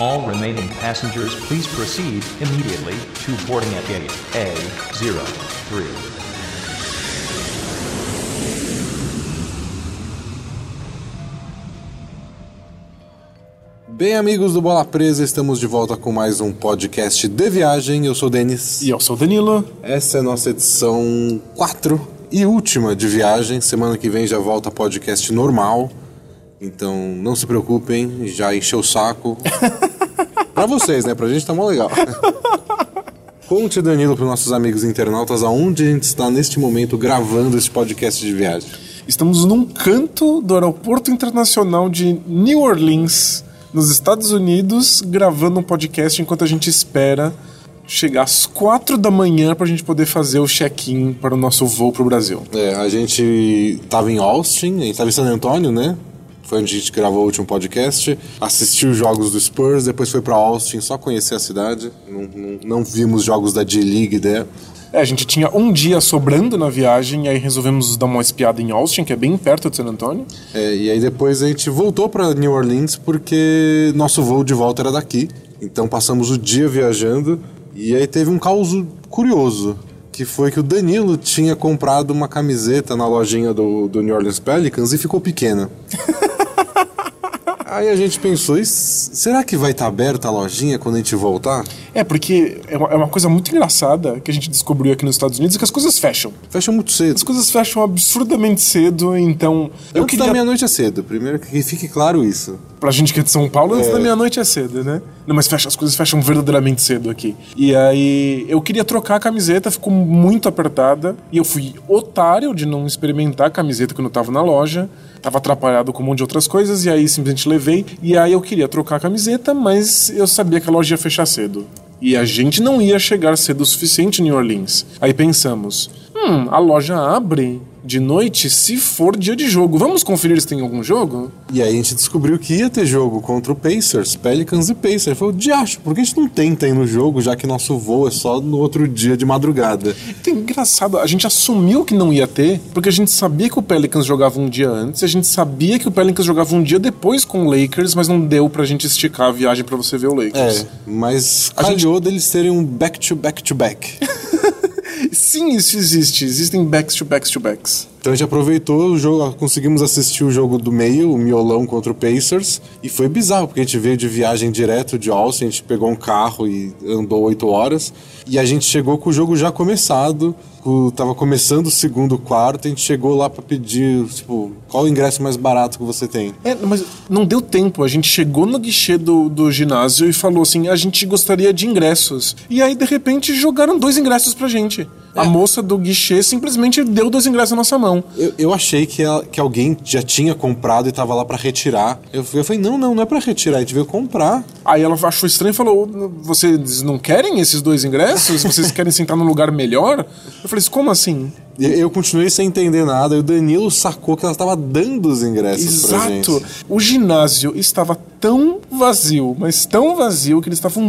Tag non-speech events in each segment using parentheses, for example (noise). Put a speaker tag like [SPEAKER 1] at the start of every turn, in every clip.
[SPEAKER 1] All remaining passengers, please proceed immediately to boarding at gate A03.
[SPEAKER 2] Bem, amigos do Bola Presa, estamos de volta com mais um podcast de viagem. Eu sou o Denis.
[SPEAKER 3] E eu sou o Danilo.
[SPEAKER 2] Essa é a nossa edição 4 e última de viagem. Semana que vem já volta podcast normal. Então não se preocupem, já encheu o saco. pra vocês, né? Pra gente tá mó legal. Conte, Danilo, pros nossos amigos internautas aonde a gente está neste momento gravando esse podcast de viagem.
[SPEAKER 3] Estamos num canto do Aeroporto Internacional de New Orleans, nos Estados Unidos, gravando um podcast enquanto a gente espera chegar às quatro da manhã pra gente poder fazer o check-in para o nosso voo pro Brasil.
[SPEAKER 2] É, a gente tava em Austin, a gente tava em San Antônio, né? Foi onde a gente gravou o último podcast, assistiu os jogos do Spurs, depois foi pra Austin só conhecer a cidade. Não, não- não vimos jogos da G-League, né?
[SPEAKER 3] É, a gente tinha um dia sobrando na viagem e aí resolvemos dar uma espiada em Austin, que é bem perto de San Antônio.
[SPEAKER 2] É, e aí depois a gente voltou pra New Orleans porque nosso voo de volta era daqui. Então passamos o dia viajando e aí teve um caos curioso. Que foi que o Danilo tinha comprado uma camiseta na lojinha do, do New Orleans Pelicans e ficou
[SPEAKER 3] (laughs)
[SPEAKER 2] pequena. Aí a gente pensou, "E s- será que vai estar aberta a lojinha quando a gente voltar?
[SPEAKER 3] É, porque é uma, é uma coisa muito engraçada que a gente descobriu aqui nos Estados Unidos é que as coisas fecham.
[SPEAKER 2] Fecha muito cedo.
[SPEAKER 3] As coisas fecham absurdamente cedo, então. Eu
[SPEAKER 2] Antes da
[SPEAKER 3] queria.
[SPEAKER 2] meia-noite é cedo, primeiro que fique claro isso.
[SPEAKER 3] Pra gente que é de São Paulo, antes
[SPEAKER 2] É.
[SPEAKER 3] da meia-noite é cedo, né? Não, mas fecha, as coisas fecham verdadeiramente cedo aqui. E aí, eu queria trocar a camiseta, ficou muito apertada. E eu fui otário de não experimentar a camiseta quando eu tava na loja. Tava atrapalhado com um monte de outras coisas, e aí simplesmente levei. E aí eu queria trocar a camiseta, mas eu sabia que a loja ia fechar cedo. E a gente não ia chegar cedo o suficiente em New Orleans. Aí pensamos, hum, a loja abre de noite se for dia de jogo. Vamos conferir se tem algum jogo?
[SPEAKER 2] E aí a gente descobriu que ia ter jogo contra o Pacers, Pelicans e Pacers. Foi o diacho, por que a gente não tenta ir no jogo, já que nosso voo é só no outro dia de madrugada?
[SPEAKER 3] Então, engraçado, a gente assumiu que não ia ter, porque a gente sabia que o Pelicans jogava um dia antes, a gente sabia que o Pelicans jogava um dia depois com o Lakers, mas não deu pra gente esticar a viagem pra você ver o Lakers.
[SPEAKER 2] É, mas calhou deles terem um back-to-back-to-back.
[SPEAKER 3] Sim, isso existe. Existem backs to backs to backs.
[SPEAKER 2] então a gente aproveitou, o jogo, conseguimos assistir o jogo do meio, o miolão contra o Pacers. E foi bizarro, porque a gente veio de viagem direto de Austin, a gente pegou um carro e andou oito horas. E a gente chegou com o jogo já começado, com- tava começando o segundo quarto, a gente chegou lá pra pedir, tipo, qual o ingresso mais barato que você tem?
[SPEAKER 3] É, mas não deu tempo. A gente chegou no guichê do, do ginásio e falou assim: a gente gostaria de ingressos. E aí, de repente, jogaram dois ingressos pra gente. A moça do guichê simplesmente deu dois ingressos na nossa mão.
[SPEAKER 2] Eu, eu achei que, ela- que alguém já tinha comprado e tava lá pra retirar. Eu, fui- eu falei, não, não, não é pra retirar, a gente veio comprar.
[SPEAKER 3] Aí ela achou estranho e falou: Vocês não querem esses dois ingressos? Vocês (laughs) querem sentar num lugar melhor? Eu falei: Como assim?
[SPEAKER 2] E eu continuei sem entender nada, e o Danilo sacou que ela tava dando os ingressos pra gente.
[SPEAKER 3] Exato. O ginásio estava tão vazio, mas tão vazio que eles estavam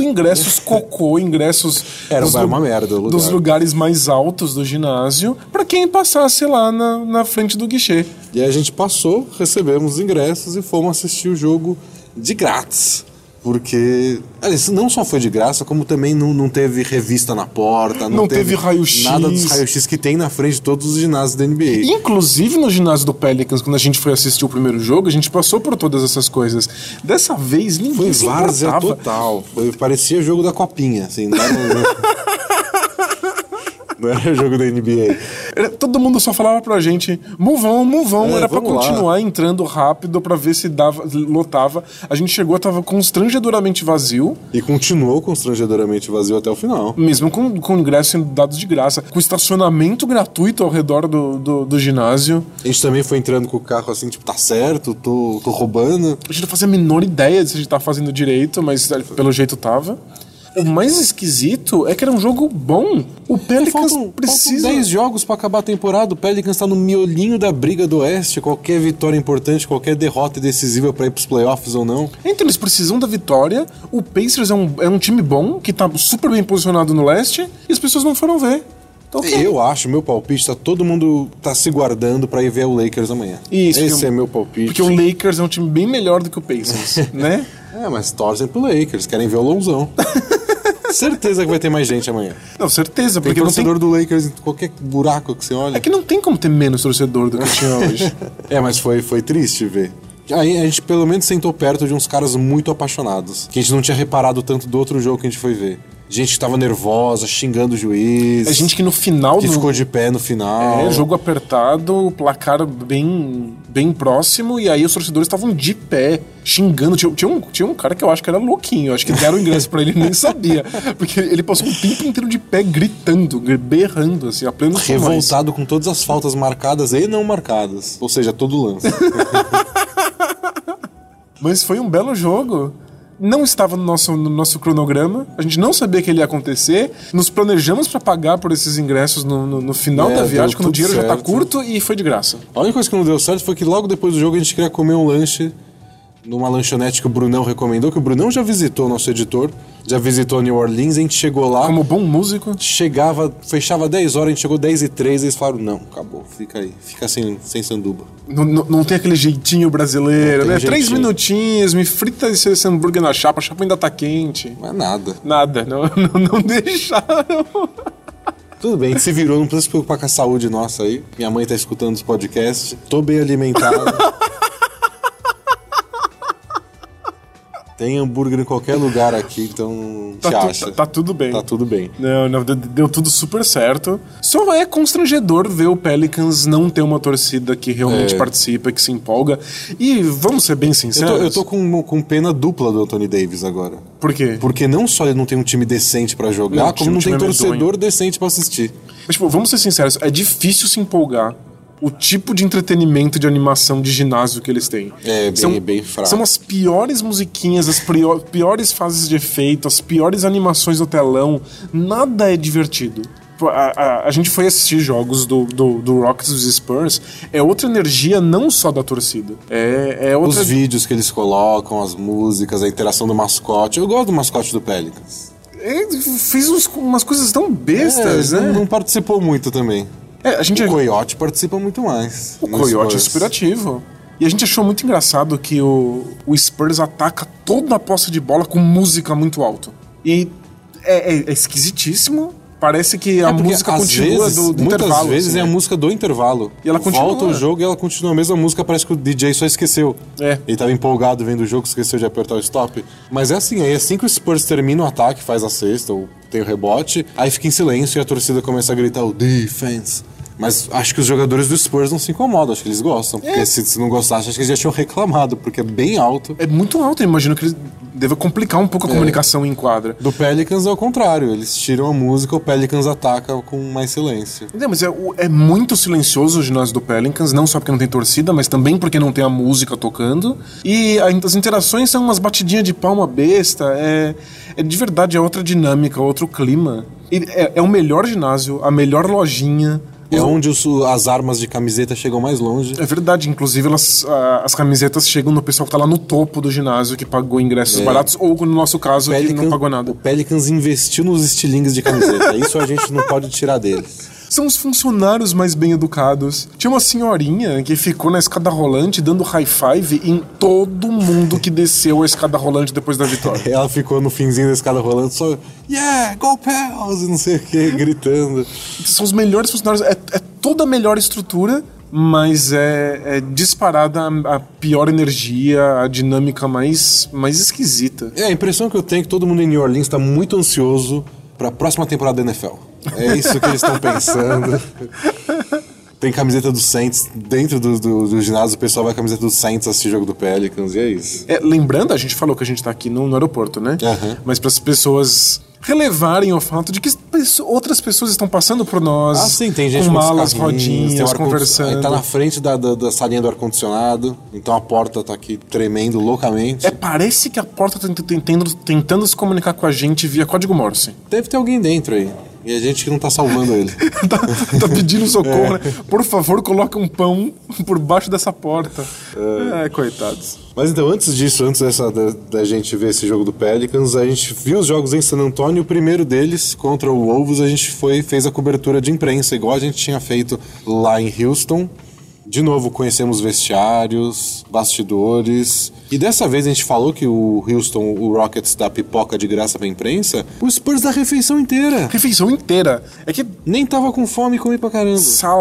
[SPEAKER 2] (laughs)
[SPEAKER 3] ingressos cocô, ingressos
[SPEAKER 2] Era
[SPEAKER 3] dos
[SPEAKER 2] uma-
[SPEAKER 3] lu-
[SPEAKER 2] uma merda o lugar.
[SPEAKER 3] dos lugares mais altos do ginásio pra quem passasse lá na, na frente do guichê.
[SPEAKER 2] E aí a gente passou, recebemos os ingressos e fomos assistir o jogo de grátis. Porque aliás, não só foi de graça, como também não, não teve revista na porta, não,
[SPEAKER 3] Não teve raio-x.
[SPEAKER 2] Nada dos raio-x que tem na frente de todos os ginásios da NBA.
[SPEAKER 3] Inclusive no ginásio do Pelicans, quando a gente foi assistir o primeiro jogo, a gente passou por todas essas coisas. Dessa vez ninguém
[SPEAKER 2] Foi
[SPEAKER 3] se
[SPEAKER 2] várzea
[SPEAKER 3] importava.
[SPEAKER 2] total. Foi- parecia jogo da copinha, assim. Não era,
[SPEAKER 3] (laughs)
[SPEAKER 2] não era jogo da NBA.
[SPEAKER 3] Era- Todo mundo só falava pra gente, move on, move on.
[SPEAKER 2] É,
[SPEAKER 3] Era pra
[SPEAKER 2] vamos lá.
[SPEAKER 3] continuar entrando rápido pra ver se dava, lotava. A gente chegou, tava constrangedoramente vazio,
[SPEAKER 2] E continuou constrangedoramente vazio até o final.
[SPEAKER 3] mesmo com, com ingresso sendo dados de graça, com estacionamento gratuito ao redor do, do, do ginásio.
[SPEAKER 2] A gente também foi entrando com o carro assim, tipo, tá certo, tô, tô roubando.
[SPEAKER 3] A gente não fazia a menor ideia de se a gente tava fazendo direito, mas eh, pelo jeito tava. O mais esquisito é que era um jogo bom. O Pelicans
[SPEAKER 2] Faltam,
[SPEAKER 3] precisa.
[SPEAKER 2] faltam 10 jogos pra acabar a temporada. O Pelicans tá no miolinho da briga do Oeste. Qualquer vitória importante, qualquer derrota é decisiva pra ir pros playoffs ou não.
[SPEAKER 3] Então eles precisam da vitória. O Pacers é um, é um time bom, que tá super bem posicionado no leste, e as pessoas não foram ver. Então, ok.
[SPEAKER 2] Eu acho, meu palpite, tá todo mundo tá se guardando pra ir ver o Lakers amanhã.
[SPEAKER 3] Isso,
[SPEAKER 2] Esse
[SPEAKER 3] porque-
[SPEAKER 2] é meu palpite.
[SPEAKER 3] um
[SPEAKER 2] (laughs)
[SPEAKER 3] Porque o Lakers é um time bem melhor do que o Pacers, né?
[SPEAKER 2] É, mas torcem pro Lakers, querem ver o (laughs) Lonzão. Certeza que vai ter mais gente amanhã.
[SPEAKER 3] Não, certeza,
[SPEAKER 2] Tem
[SPEAKER 3] porque não tem.
[SPEAKER 2] torcedor do Lakers em qualquer buraco que você olha.
[SPEAKER 3] É que não tem como ter menos torcedor do que tinha hoje.
[SPEAKER 2] (laughs) É, mas foi, foi triste ver. Aí a gente pelo menos sentou perto de uns caras muito apaixonados, que a gente não tinha reparado tanto do outro jogo que a gente foi ver. Gente que tava nervosa, xingando o juiz.
[SPEAKER 3] É gente que no final
[SPEAKER 2] que
[SPEAKER 3] do
[SPEAKER 2] ficou de pé no final.
[SPEAKER 3] É, jogo apertado, placar bem, bem próximo, e aí os torcedores estavam de pé, xingando. Tinha, tinha um, tinha um cara que eu acho que era louquinho, eu acho que deram ingresso pra ele e nem
[SPEAKER 2] (laughs)
[SPEAKER 3] sabia. Porque ele passou um tempo inteiro de pé gritando, gr- berrando, assim, a pleno som, mas-
[SPEAKER 2] Revoltado com todas as faltas marcadas e não marcadas. Ou seja, todo
[SPEAKER 3] (laughs)
[SPEAKER 2] lance.
[SPEAKER 3] Mas foi um belo jogo. Não estava no nosso, no nosso cronograma, a gente não sabia que ele ia acontecer. Nos planejamos pra pagar por esses ingressos no, no- no final
[SPEAKER 2] É,
[SPEAKER 3] da viagem,
[SPEAKER 2] deu
[SPEAKER 3] quando o
[SPEAKER 2] tudo
[SPEAKER 3] dinheiro já tá
[SPEAKER 2] certo.
[SPEAKER 3] curto, e foi de graça.
[SPEAKER 2] a única coisa que não deu certo foi que logo depois do jogo a gente queria comer um lanche numa lanchonete que o Brunão recomendou, que o Brunão já visitou, nosso editor, já visitou New Orleans, a gente chegou lá.
[SPEAKER 3] Como bom músico.
[SPEAKER 2] chegava, fechava 10 horas, a gente chegou 10 e 3, eles falaram, não, acabou, fica aí, fica sem, sem sanduba.
[SPEAKER 3] Não, não, não tem aquele jeitinho brasileiro,
[SPEAKER 2] Não tem
[SPEAKER 3] né? Três
[SPEAKER 2] jeitinho.
[SPEAKER 3] minutinhos, me frita esse esse hambúrguer na chapa, a chapa ainda tá quente.
[SPEAKER 2] Mas é nada.
[SPEAKER 3] Nada, não, (laughs) não, não deixaram.
[SPEAKER 2] Tudo bem, a gente se virou, não precisa se preocupar com a saúde nossa aí. Minha mãe tá escutando os podcasts, tô bem alimentado. Tem hambúrguer em qualquer lugar aqui, então
[SPEAKER 3] Tá,
[SPEAKER 2] te
[SPEAKER 3] tu-
[SPEAKER 2] acha.
[SPEAKER 3] tá, tá tudo bem.
[SPEAKER 2] Tá tudo bem.
[SPEAKER 3] Não, não, de- deu tudo super certo. Só é constrangedor ver o Pelicans não ter uma torcida que realmente
[SPEAKER 2] É.
[SPEAKER 3] participa, que se empolga. E vamos ser bem
[SPEAKER 2] Eu tô,
[SPEAKER 3] sinceros.
[SPEAKER 2] eu tô com, com pena dupla do Anthony Davis agora.
[SPEAKER 3] Por quê?
[SPEAKER 2] Porque não só ele não tem um time decente pra jogar,
[SPEAKER 3] Não,
[SPEAKER 2] como não
[SPEAKER 3] time é
[SPEAKER 2] tem
[SPEAKER 3] medonho.
[SPEAKER 2] torcedor decente pra assistir.
[SPEAKER 3] Mas, tipo, vamos ser sinceros, é difícil se empolgar. O tipo de entretenimento de animação de ginásio que eles têm.
[SPEAKER 2] É, bem- bem fraco.
[SPEAKER 3] São as piores musiquinhas, as prior- piores fases de efeito, as piores animações do telão. Nada é divertido. Pô, A, a- a gente foi assistir jogos do, do, do Rockets e dos Spurs. É outra energia, não só da torcida. É, é outra.
[SPEAKER 2] Os vídeos que eles colocam, as músicas, a interação do mascote. Eu gosto do mascote do Pelicans.
[SPEAKER 3] É, fez uns- umas coisas tão bestas,
[SPEAKER 2] É,
[SPEAKER 3] né?
[SPEAKER 2] não, não participou muito também.
[SPEAKER 3] É, a gente
[SPEAKER 2] O Coyote participa muito mais.
[SPEAKER 3] O
[SPEAKER 2] no
[SPEAKER 3] Coyote é
[SPEAKER 2] Spurs.
[SPEAKER 3] inspirativo. E a gente achou muito engraçado que o, o Spurs ataca toda a posse de bola com música muito alto. E é, é- é esquisitíssimo. Parece que a
[SPEAKER 2] É porque,
[SPEAKER 3] música
[SPEAKER 2] às
[SPEAKER 3] continua
[SPEAKER 2] vezes,
[SPEAKER 3] do, do
[SPEAKER 2] muitas
[SPEAKER 3] intervalo.
[SPEAKER 2] vezes
[SPEAKER 3] assim,
[SPEAKER 2] é a
[SPEAKER 3] né?
[SPEAKER 2] música do intervalo.
[SPEAKER 3] E ela continua.
[SPEAKER 2] Volta o jogo e ela continua a mesma música, parece que o DJ só esqueceu.
[SPEAKER 3] É.
[SPEAKER 2] Ele tava empolgado vendo o jogo, esqueceu de apertar o stop. Mas é assim, aí assim que o Spurs termina o ataque, faz a cesta ou tem o rebote, aí fica em silêncio e a torcida começa a gritar o defense. Mas acho que os jogadores do Spurs não se incomodam, acho que eles gostam. Porque
[SPEAKER 3] É.
[SPEAKER 2] se, se não gostassem, acho que eles já tinham reclamado, porque é bem alto.
[SPEAKER 3] É muito alto, eu imagino que ele deva complicar um
[SPEAKER 2] É.
[SPEAKER 3] pouco a comunicação em quadra.
[SPEAKER 2] Do Pelicans é o contrário, eles tiram a música, o Pelicans ataca com mais silêncio.
[SPEAKER 3] Não, mas é, o- é muito silencioso o ginásio do Pelicans, não só porque não tem torcida, mas também porque não tem a música tocando. E a- as interações são umas batidinhas de palma besta, é, é de verdade, é outra dinâmica, outro clima. E é, é o melhor ginásio, a melhor lojinha.
[SPEAKER 2] É onde os- as armas de camiseta chegam mais longe.
[SPEAKER 3] É verdade, inclusive elas, a- as camisetas chegam no pessoal que tá lá no topo do ginásio, que pagou ingressos baratos, ou no nosso caso, que não
[SPEAKER 2] Pelican-
[SPEAKER 3] pagou nada.
[SPEAKER 2] O Pelicans investiu nos estilingues de camiseta. Isso a gente não pode tirar deles.
[SPEAKER 3] São os funcionários mais bem educados. Tinha uma senhorinha que ficou na escada rolante dando high five em todo mundo que desceu a escada rolante depois da vitória.
[SPEAKER 2] (laughs) Ela ficou no finzinho da escada rolando, só Yeah, go Pels! E não sei o (laughs) que, gritando.
[SPEAKER 3] São os melhores funcionários. É, é toda a melhor estrutura, mas é, é disparada a, a pior energia, a dinâmica mais, mais esquisita.
[SPEAKER 2] É, a impressão que eu tenho é que todo mundo em New Orleans tá muito ansioso pra próxima temporada da NFL. É isso que eles estão
[SPEAKER 3] (laughs)
[SPEAKER 2] pensando. Tem camiseta do Saints dentro do, do- do ginásio, o pessoal vai com a camiseta do Saints assistir jogo do Pelicans, e é isso.
[SPEAKER 3] É, lembrando, a gente falou que a gente tá aqui no, no aeroporto, né?
[SPEAKER 2] Aham.
[SPEAKER 3] Mas para as pessoas relevarem o fato de que pesso- outras pessoas estão passando por nós.
[SPEAKER 2] Ah, sim, tem gente
[SPEAKER 3] com
[SPEAKER 2] com esses
[SPEAKER 3] malas,
[SPEAKER 2] carrinhos, tem
[SPEAKER 3] rodinhas, um
[SPEAKER 2] o ar-condi-
[SPEAKER 3] conversando.
[SPEAKER 2] Aí tá na frente da, da, da salinha do ar-condicionado, então a porta tá aqui tremendo loucamente.
[SPEAKER 3] É, parece que a porta tá tent- tentando, tentando se comunicar com a gente via código Morse. (laughs)
[SPEAKER 2] Deve ter alguém dentro aí. E a gente que não tá salvando ele.
[SPEAKER 3] tá, tá pedindo socorro, né? Por favor, coloca um pão (laughs) por baixo dessa porta. É, coitados.
[SPEAKER 2] Mas então, antes disso, antes dessa, da, da gente ver esse jogo do Pelicans, a gente viu os jogos em San Antônio. O primeiro deles, contra o Wolves, a gente foi fez a cobertura de imprensa, igual a gente tinha feito lá em Houston. De novo, conhecemos vestiários, bastidores. E dessa vez a gente falou que o Houston, o Rockets dá pipoca de graça pra imprensa. O Spurs dá refeição inteira.
[SPEAKER 3] Refeição inteira. É que
[SPEAKER 2] Nem tava com fome e comi pra caramba.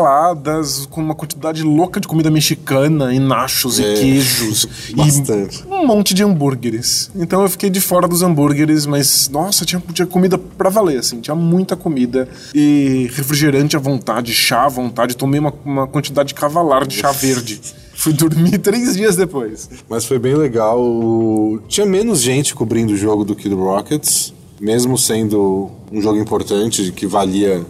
[SPEAKER 3] saladas com uma quantidade louca de comida mexicana e nachos
[SPEAKER 2] É,
[SPEAKER 3] e queijos.
[SPEAKER 2] (laughs) bastante.
[SPEAKER 3] E um monte de hambúrgueres. Então eu fiquei de fora dos hambúrgueres, mas nossa, tinha, tinha comida pra valer, assim. Tinha muita comida e refrigerante à vontade, chá à vontade. Tomei uma, uma quantidade cavalar de chá verde. Fui dormir (laughs) três dias depois.
[SPEAKER 2] Mas foi bem legal. O- Tinha menos gente cobrindo o jogo do que do Rockets, mesmo sendo um jogo importante que valia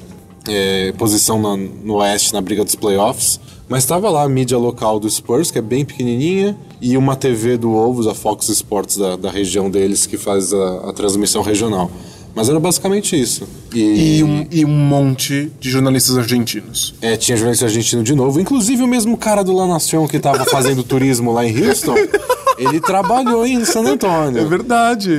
[SPEAKER 2] é, posição na- no Oeste na briga dos playoffs. Mas estava lá a mídia local do Spurs, que é bem pequenininha, e uma TV do Ovos, a Fox Sports da, da região deles, que faz a, a transmissão regional. Mas era basicamente isso. E,
[SPEAKER 3] E um, e um monte de jornalistas argentinos.
[SPEAKER 2] é, tinha jornalista argentino de novo, inclusive o mesmo cara do La Nación que estava fazendo turismo lá em
[SPEAKER 3] (laughs)
[SPEAKER 2] Houston, ele trabalhou em San Antônio.
[SPEAKER 3] É verdade.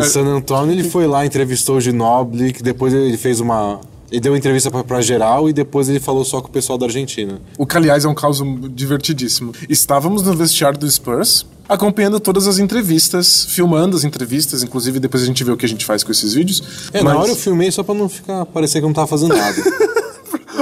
[SPEAKER 2] Em San Antônio ele foi lá, entrevistou o Ginoble, que depois ele fez uma. Ele deu uma entrevista pra, pra geral e depois ele falou só com o pessoal da Argentina.
[SPEAKER 3] O que, aliás, é um caso divertidíssimo. Estávamos no vestiário do Spurs, acompanhando todas as entrevistas, filmando as entrevistas, inclusive depois a gente vê o que a gente faz com esses vídeos.
[SPEAKER 2] É, na hora eu filmei só pra não ficar. parecer que eu não tava fazendo
[SPEAKER 3] (laughs)
[SPEAKER 2] nada.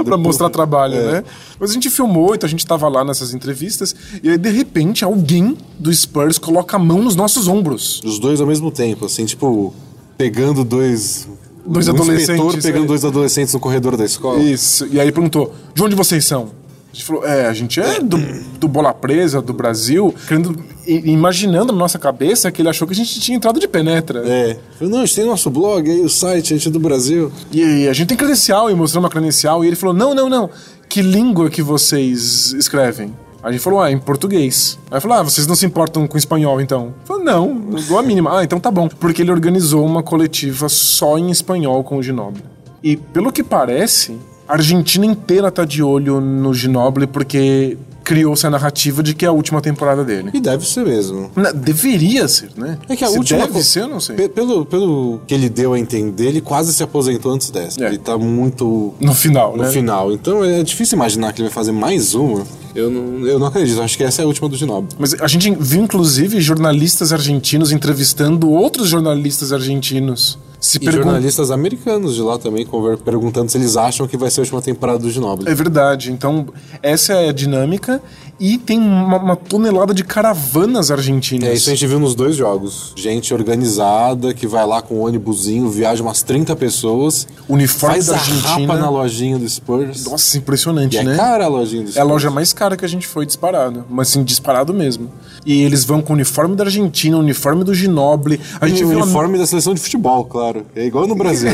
[SPEAKER 3] Pra mostrar trabalho, né? Mas a gente filmou, então a gente tava lá nessas entrevistas, e aí, de repente, alguém do Spurs coloca a mão nos nossos ombros.
[SPEAKER 2] Os dois ao mesmo tempo, assim, tipo, pegando dois.
[SPEAKER 3] Dois
[SPEAKER 2] um
[SPEAKER 3] adolescentes,
[SPEAKER 2] Inspetor pegando
[SPEAKER 3] é.
[SPEAKER 2] dois adolescentes no corredor da escola.
[SPEAKER 3] Isso. E aí perguntou: de onde vocês são? A gente falou: é, a gente é do, do Bola Presa, do Brasil, querendo, i- imaginando na nossa cabeça que ele achou que a gente tinha entrado de penetra.
[SPEAKER 2] É. Falei, não, a gente tem nosso blog aí, o site, a gente é do Brasil.
[SPEAKER 3] E aí, a gente tem credencial e mostrou uma credencial. E ele falou: não, não, não. Que língua que vocês escrevem? A gente falou, ah, em português. Aí falou, ah, vocês não se importam com espanhol, então? Eu Falei, não, igual a mínima. Ah, então tá bom. Porque ele organizou uma coletiva só em espanhol com o Ginoble. E pelo que parece, a Argentina inteira tá de olho no Ginoble porque criou-se a narrativa de que é a última temporada dele.
[SPEAKER 2] E deve ser mesmo.
[SPEAKER 3] Na- deveria ser, né?
[SPEAKER 2] É que a
[SPEAKER 3] Se
[SPEAKER 2] última.
[SPEAKER 3] Deve ser, eu não sei.
[SPEAKER 2] Pe- Pelo, pelo que ele deu a entender, ele quase se aposentou antes dessa.
[SPEAKER 3] É.
[SPEAKER 2] Ele tá muito.
[SPEAKER 3] No final,
[SPEAKER 2] no
[SPEAKER 3] né?
[SPEAKER 2] final. Então é difícil imaginar que ele vai fazer mais uma. Eu não, eu não acredito. Acho que essa é a última do Ginobre.
[SPEAKER 3] Mas a gente viu, inclusive, jornalistas argentinos entrevistando outros jornalistas argentinos. Se
[SPEAKER 2] E
[SPEAKER 3] pergun-
[SPEAKER 2] jornalistas americanos de lá também conver- perguntando se eles acham que vai ser a última temporada do Ginobre.
[SPEAKER 3] É verdade. Então, essa é a dinâmica. E tem uma, uma tonelada de caravanas argentinas.
[SPEAKER 2] É isso a gente viu nos dois jogos. Gente organizada que vai lá com um ônibusinho, viaja umas 30 pessoas,
[SPEAKER 3] Uniforme
[SPEAKER 2] faz
[SPEAKER 3] da
[SPEAKER 2] a
[SPEAKER 3] Argentina.
[SPEAKER 2] rapa na lojinha do Spurs.
[SPEAKER 3] Nossa, impressionante,
[SPEAKER 2] e é
[SPEAKER 3] né?
[SPEAKER 2] cara a lojinha do Spurs.
[SPEAKER 3] É a loja mais cara que a gente foi disparado. Mas assim, disparado mesmo. E eles vão com o uniforme da Argentina, o uniforme do Ginoble. A gente
[SPEAKER 2] E o
[SPEAKER 3] viu a
[SPEAKER 2] É um uniforme da seleção de futebol, claro. É igual no
[SPEAKER 3] (laughs)
[SPEAKER 2] Brasil.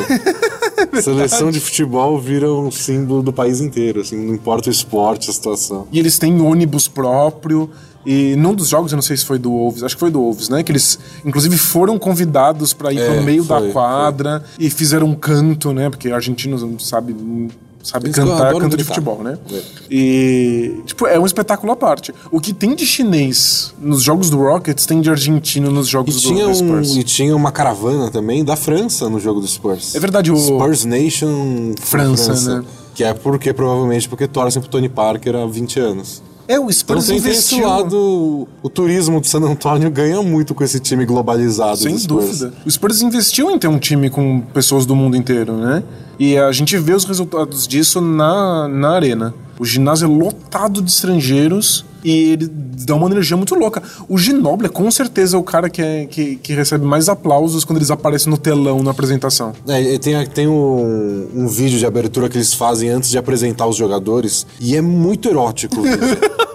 [SPEAKER 2] seleção de futebol vira um símbolo do país inteiro, assim, não importa o esporte, a situação.
[SPEAKER 3] E eles têm ônibus próprio. E num dos jogos, eu não sei se foi do Wolves, acho que foi do Wolves, né? Que eles, inclusive, foram convidados pra ir
[SPEAKER 2] É,
[SPEAKER 3] pro meio da
[SPEAKER 2] foi,
[SPEAKER 3] quadra e fizeram um canto, né? Porque argentinos não sabe, sabe
[SPEAKER 2] Eles
[SPEAKER 3] cantar
[SPEAKER 2] adoram
[SPEAKER 3] canto de
[SPEAKER 2] gritar.
[SPEAKER 3] futebol, né?
[SPEAKER 2] É.
[SPEAKER 3] E, tipo, é um espetáculo à parte. O que tem de chinês nos jogos do Rockets tem de argentino nos
[SPEAKER 2] E
[SPEAKER 3] jogos do,
[SPEAKER 2] tinha,
[SPEAKER 3] do
[SPEAKER 2] um,
[SPEAKER 3] Spurs.
[SPEAKER 2] e tinha uma caravana também da França no jogo do Spurs.
[SPEAKER 3] É verdade, o-
[SPEAKER 2] Spurs Nation
[SPEAKER 3] França, né?
[SPEAKER 2] Que é porque, provavelmente, porque torcem pro Tony Parker há 20 anos.
[SPEAKER 3] É, o
[SPEAKER 2] Então
[SPEAKER 3] Spurs
[SPEAKER 2] tem, tem esse
[SPEAKER 3] investiu. né?
[SPEAKER 2] lado. O turismo de San Antônio ganha muito com esse time globalizado.
[SPEAKER 3] Sem
[SPEAKER 2] do Spurs.
[SPEAKER 3] dúvida. O Spurs investiu em ter um time com pessoas do mundo inteiro, né? E a gente vê os resultados disso na, na arena. O ginásio é lotado de estrangeiros e ele dá uma energia muito louca. O Ginoble é com certeza o cara que, é- que, que recebe mais aplausos quando eles aparecem no telão na apresentação.
[SPEAKER 2] É, e tem a- tem um, um vídeo de abertura que eles fazem antes de apresentar os jogadores e é muito erótico. o vídeo.
[SPEAKER 3] (laughs)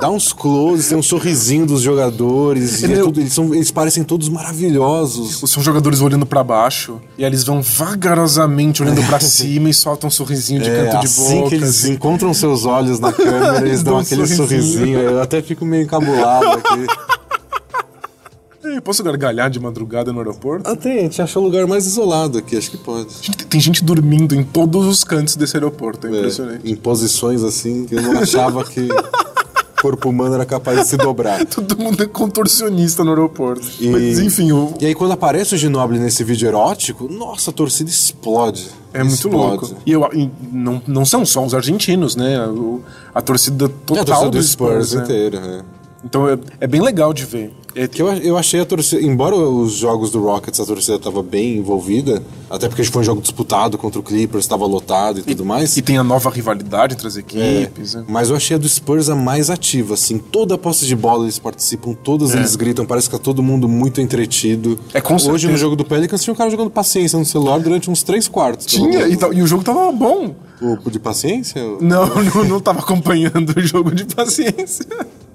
[SPEAKER 2] Dá uns closes, tem um sorrisinho dos jogadores, e é
[SPEAKER 3] Ele-
[SPEAKER 2] tudo- eles, são- eles parecem todos maravilhosos.
[SPEAKER 3] São jogadores olhando pra baixo e aí eles vão vagarosamente olhando
[SPEAKER 2] (laughs)
[SPEAKER 3] pra cima e soltam um sorrisinho de
[SPEAKER 2] É,
[SPEAKER 3] canto de
[SPEAKER 2] assim
[SPEAKER 3] boca.
[SPEAKER 2] que eles
[SPEAKER 3] assim.
[SPEAKER 2] encontram seus olhos na câmera, (laughs) eles dão
[SPEAKER 3] Dão um
[SPEAKER 2] aquele
[SPEAKER 3] sorrisinho.
[SPEAKER 2] sorrisinho. Eu até fico meio encabulado aqui. (laughs)
[SPEAKER 3] Ei, Posso gargalhar de madrugada no aeroporto?
[SPEAKER 2] Ah, tem, a gente achou o lugar mais isolado aqui, acho que pode.
[SPEAKER 3] Gente, Tem gente dormindo em todos os cantos desse aeroporto, é impressionante.
[SPEAKER 2] É, em posições assim que eu não achava que o corpo humano era capaz de se dobrar.
[SPEAKER 3] Todo mundo é contorcionista no aeroporto.
[SPEAKER 2] E-
[SPEAKER 3] Mas enfim, o-
[SPEAKER 2] E aí, quando aparece o Ginoble nesse vídeo erótico, nossa, a torcida explode.
[SPEAKER 3] é muito
[SPEAKER 2] Explode.
[SPEAKER 3] louco. E, eu, e não, não são só os argentinos, né? O- a torcida
[SPEAKER 2] É
[SPEAKER 3] total
[SPEAKER 2] a torcida
[SPEAKER 3] do Spurs, né?
[SPEAKER 2] inteira, né?
[SPEAKER 3] Então é, é bem legal de ver. É,
[SPEAKER 2] Que eu, eu achei a torcida, embora os jogos do Rockets a torcida estava bem envolvida, até porque foi um jogo disputado contra o Clippers, estava lotado e tudo mais.
[SPEAKER 3] e tem a nova rivalidade entre as
[SPEAKER 2] É,
[SPEAKER 3] equipes. né?
[SPEAKER 2] mas eu achei a do Spurs a mais ativa, assim, toda a posse de bola eles participam, todas eles gritam, parece que tá todo mundo muito entretido.
[SPEAKER 3] É, com
[SPEAKER 2] Hoje
[SPEAKER 3] certeza.
[SPEAKER 2] no jogo do Pelicans tinha um cara jogando paciência no celular durante uns três quartos.
[SPEAKER 3] Tinha, então. e, tal- e o jogo tava bom.
[SPEAKER 2] O de paciência?
[SPEAKER 3] Não, (laughs) não, não tava acompanhando o jogo de paciência.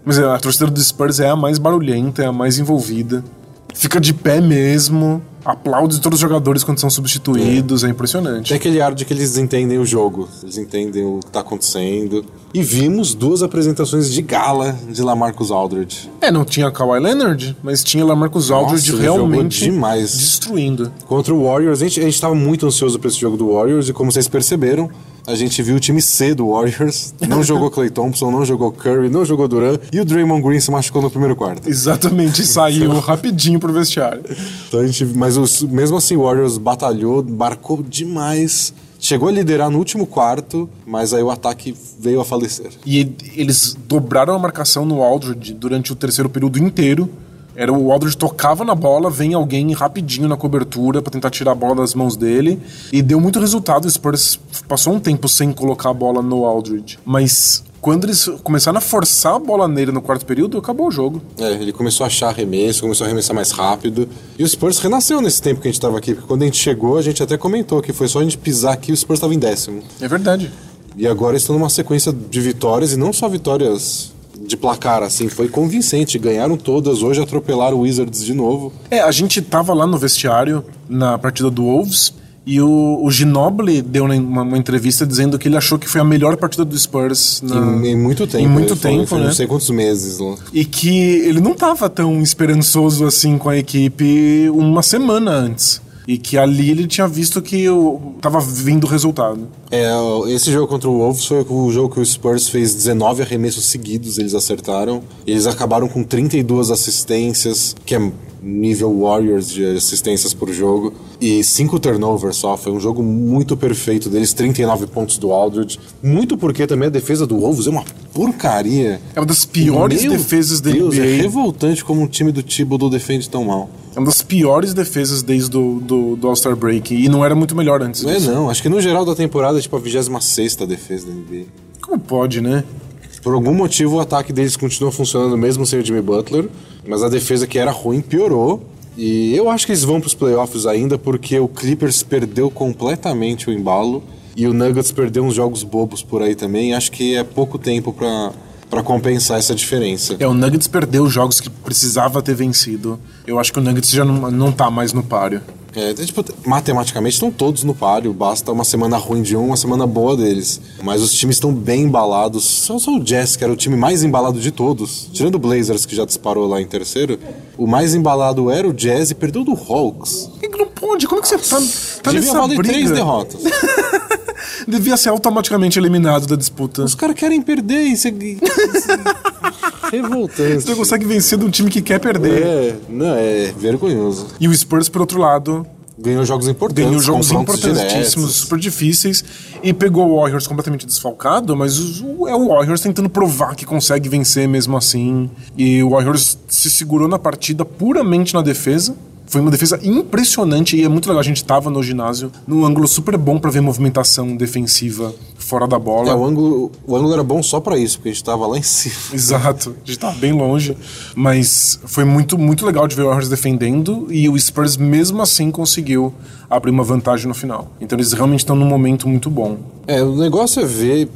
[SPEAKER 3] Mas é, a torcida do Spurs é a mais barulhenta, é a mais envolvida. Fica de pé mesmo, aplaude todos os jogadores quando são substituídos, é, impressionante.
[SPEAKER 2] Tem aquele ar de que eles entendem o jogo, eles entendem o que tá acontecendo. E vimos duas apresentações de gala de Lamarcus Aldridge.
[SPEAKER 3] É, não tinha Kawhi Leonard, mas tinha Lamarcus Aldridge
[SPEAKER 2] ele jogou
[SPEAKER 3] realmente
[SPEAKER 2] demais.
[SPEAKER 3] destruindo.
[SPEAKER 2] Contra o Warriors, a gente, a gente tava muito ansioso pra esse jogo do Warriors e como vocês perceberam, a gente viu o time C do Warriors. (laughs) Não jogou Clay Thompson, não jogou Curry, não jogou Duran e o Draymond Green se machucou no primeiro quarto. (laughs)
[SPEAKER 3] Exatamente, saiu rapidinho pro vestiário.
[SPEAKER 2] Então a gente, mas os- mesmo assim, o Warriors batalhou, barcou demais. Chegou a liderar no último quarto, mas aí o ataque veio a falecer.
[SPEAKER 3] E ele- eles dobraram a marcação no Aldridge durante o terceiro período inteiro. Era o Aldridge tocava na bola, vem alguém rapidinho na cobertura pra tentar tirar a bola das mãos dele e deu muito resultado. O Spurs passou um tempo sem colocar a bola no Aldridge, mas quando eles começaram a forçar a bola nele no quarto período, acabou o jogo.
[SPEAKER 2] É, ele começou a achar arremesso, começou a arremessar mais rápido. E o Spurs renasceu nesse tempo que a gente tava aqui, porque quando a gente chegou, a gente até comentou que foi só a gente pisar aqui e o Spurs estava em décimo.
[SPEAKER 3] É verdade.
[SPEAKER 2] E agora estão numa sequência de vitórias, e não só vitórias de placar, assim, foi convincente. Ganharam todas, hoje atropelaram o Wizards de novo.
[SPEAKER 3] É, a gente tava lá no vestiário na partida do Wolves e o, o Ginobili deu uma, uma entrevista dizendo que ele achou que foi a melhor partida do Spurs na-
[SPEAKER 2] Em, em muito tempo.
[SPEAKER 3] Ah. Em muito
[SPEAKER 2] ele falou,
[SPEAKER 3] tempo,
[SPEAKER 2] foi
[SPEAKER 3] né?
[SPEAKER 2] Não sei quantos meses lá.
[SPEAKER 3] E que ele não tava tão esperançoso assim com a equipe uma semana antes. E que ali ele tinha visto que o- tava vindo o resultado.
[SPEAKER 2] É, o- esse jogo contra o Wolves foi o jogo que o Spurs fez 19 arremessos seguidos, eles acertaram. Eles acabaram com 32 assistências, que é nível Warriors de assistências por jogo, e 5 turnovers só. Foi um jogo muito perfeito deles, 39 pontos do Aldridge. Muito porque também a defesa do Wolves é uma porcaria.
[SPEAKER 3] É uma das piores
[SPEAKER 2] Meu
[SPEAKER 3] defesas da
[SPEAKER 2] Deus, É
[SPEAKER 3] NBA.
[SPEAKER 2] revoltante como um time do Thibodeau defende tão mal.
[SPEAKER 3] É uma das piores defesas desde o do, do All-Star Break. E não era muito melhor antes.
[SPEAKER 2] Não é
[SPEAKER 3] disso.
[SPEAKER 2] não, acho que no geral da temporada é tipo a 26ª defesa da NBA.
[SPEAKER 3] Como pode, né?
[SPEAKER 2] Por algum motivo, o ataque deles continua funcionando mesmo sem o Jimmy Butler, mas a defesa que era ruim piorou. E eu acho que eles vão para os playoffs ainda porque o Clippers perdeu completamente o embalo e o Nuggets perdeu uns jogos bobos por aí também. Acho que é pouco tempo para compensar essa diferença.
[SPEAKER 3] É, o Nuggets perdeu os jogos que precisava ter vencido. Eu acho que o Nuggets já não, não tá mais no páreo.
[SPEAKER 2] É, então, tipo, matematicamente estão todos no páreo, basta uma semana ruim de um, uma semana boa deles. Mas os times estão bem embalados. Só, só o Jazz, que era o time mais embalado de todos, tirando o Blazers, que já disparou lá em terceiro, o mais embalado era o Jazz e perdeu do Hawks.
[SPEAKER 3] Por que que Não pode, como que você tá, tá
[SPEAKER 2] Devia
[SPEAKER 3] nessa
[SPEAKER 2] valer
[SPEAKER 3] briga?
[SPEAKER 2] três derrotas.
[SPEAKER 3] Devia ser automaticamente eliminado da disputa.
[SPEAKER 2] Os caras querem perder e você. Revoltante.
[SPEAKER 3] Você não consegue vencer de um time que quer perder.
[SPEAKER 2] É, não, é vergonhoso.
[SPEAKER 3] E o Spurs, por outro lado,
[SPEAKER 2] Ganhou jogos importantes.
[SPEAKER 3] ganhou jogos
[SPEAKER 2] confrontos
[SPEAKER 3] importantíssimos,
[SPEAKER 2] diretos.
[SPEAKER 3] super difíceis, e pegou o Warriors completamente desfalcado, mas o- é o Warriors tentando provar que consegue vencer mesmo assim. E o Warriors se segurou na partida puramente na defesa. Foi uma defesa impressionante e é muito legal. A gente tava no ginásio, num ângulo super bom pra ver movimentação defensiva fora da bola.
[SPEAKER 2] É, o ângulo, o ângulo era bom só pra isso, porque a gente tava lá em cima.
[SPEAKER 3] (laughs) Exato, a gente tava bem longe. Mas foi muito, muito legal de ver o Warriors defendendo e o Spurs, mesmo assim, conseguiu abrir uma vantagem no final. Então eles realmente estão num momento muito bom.
[SPEAKER 2] É, o negócio é ver,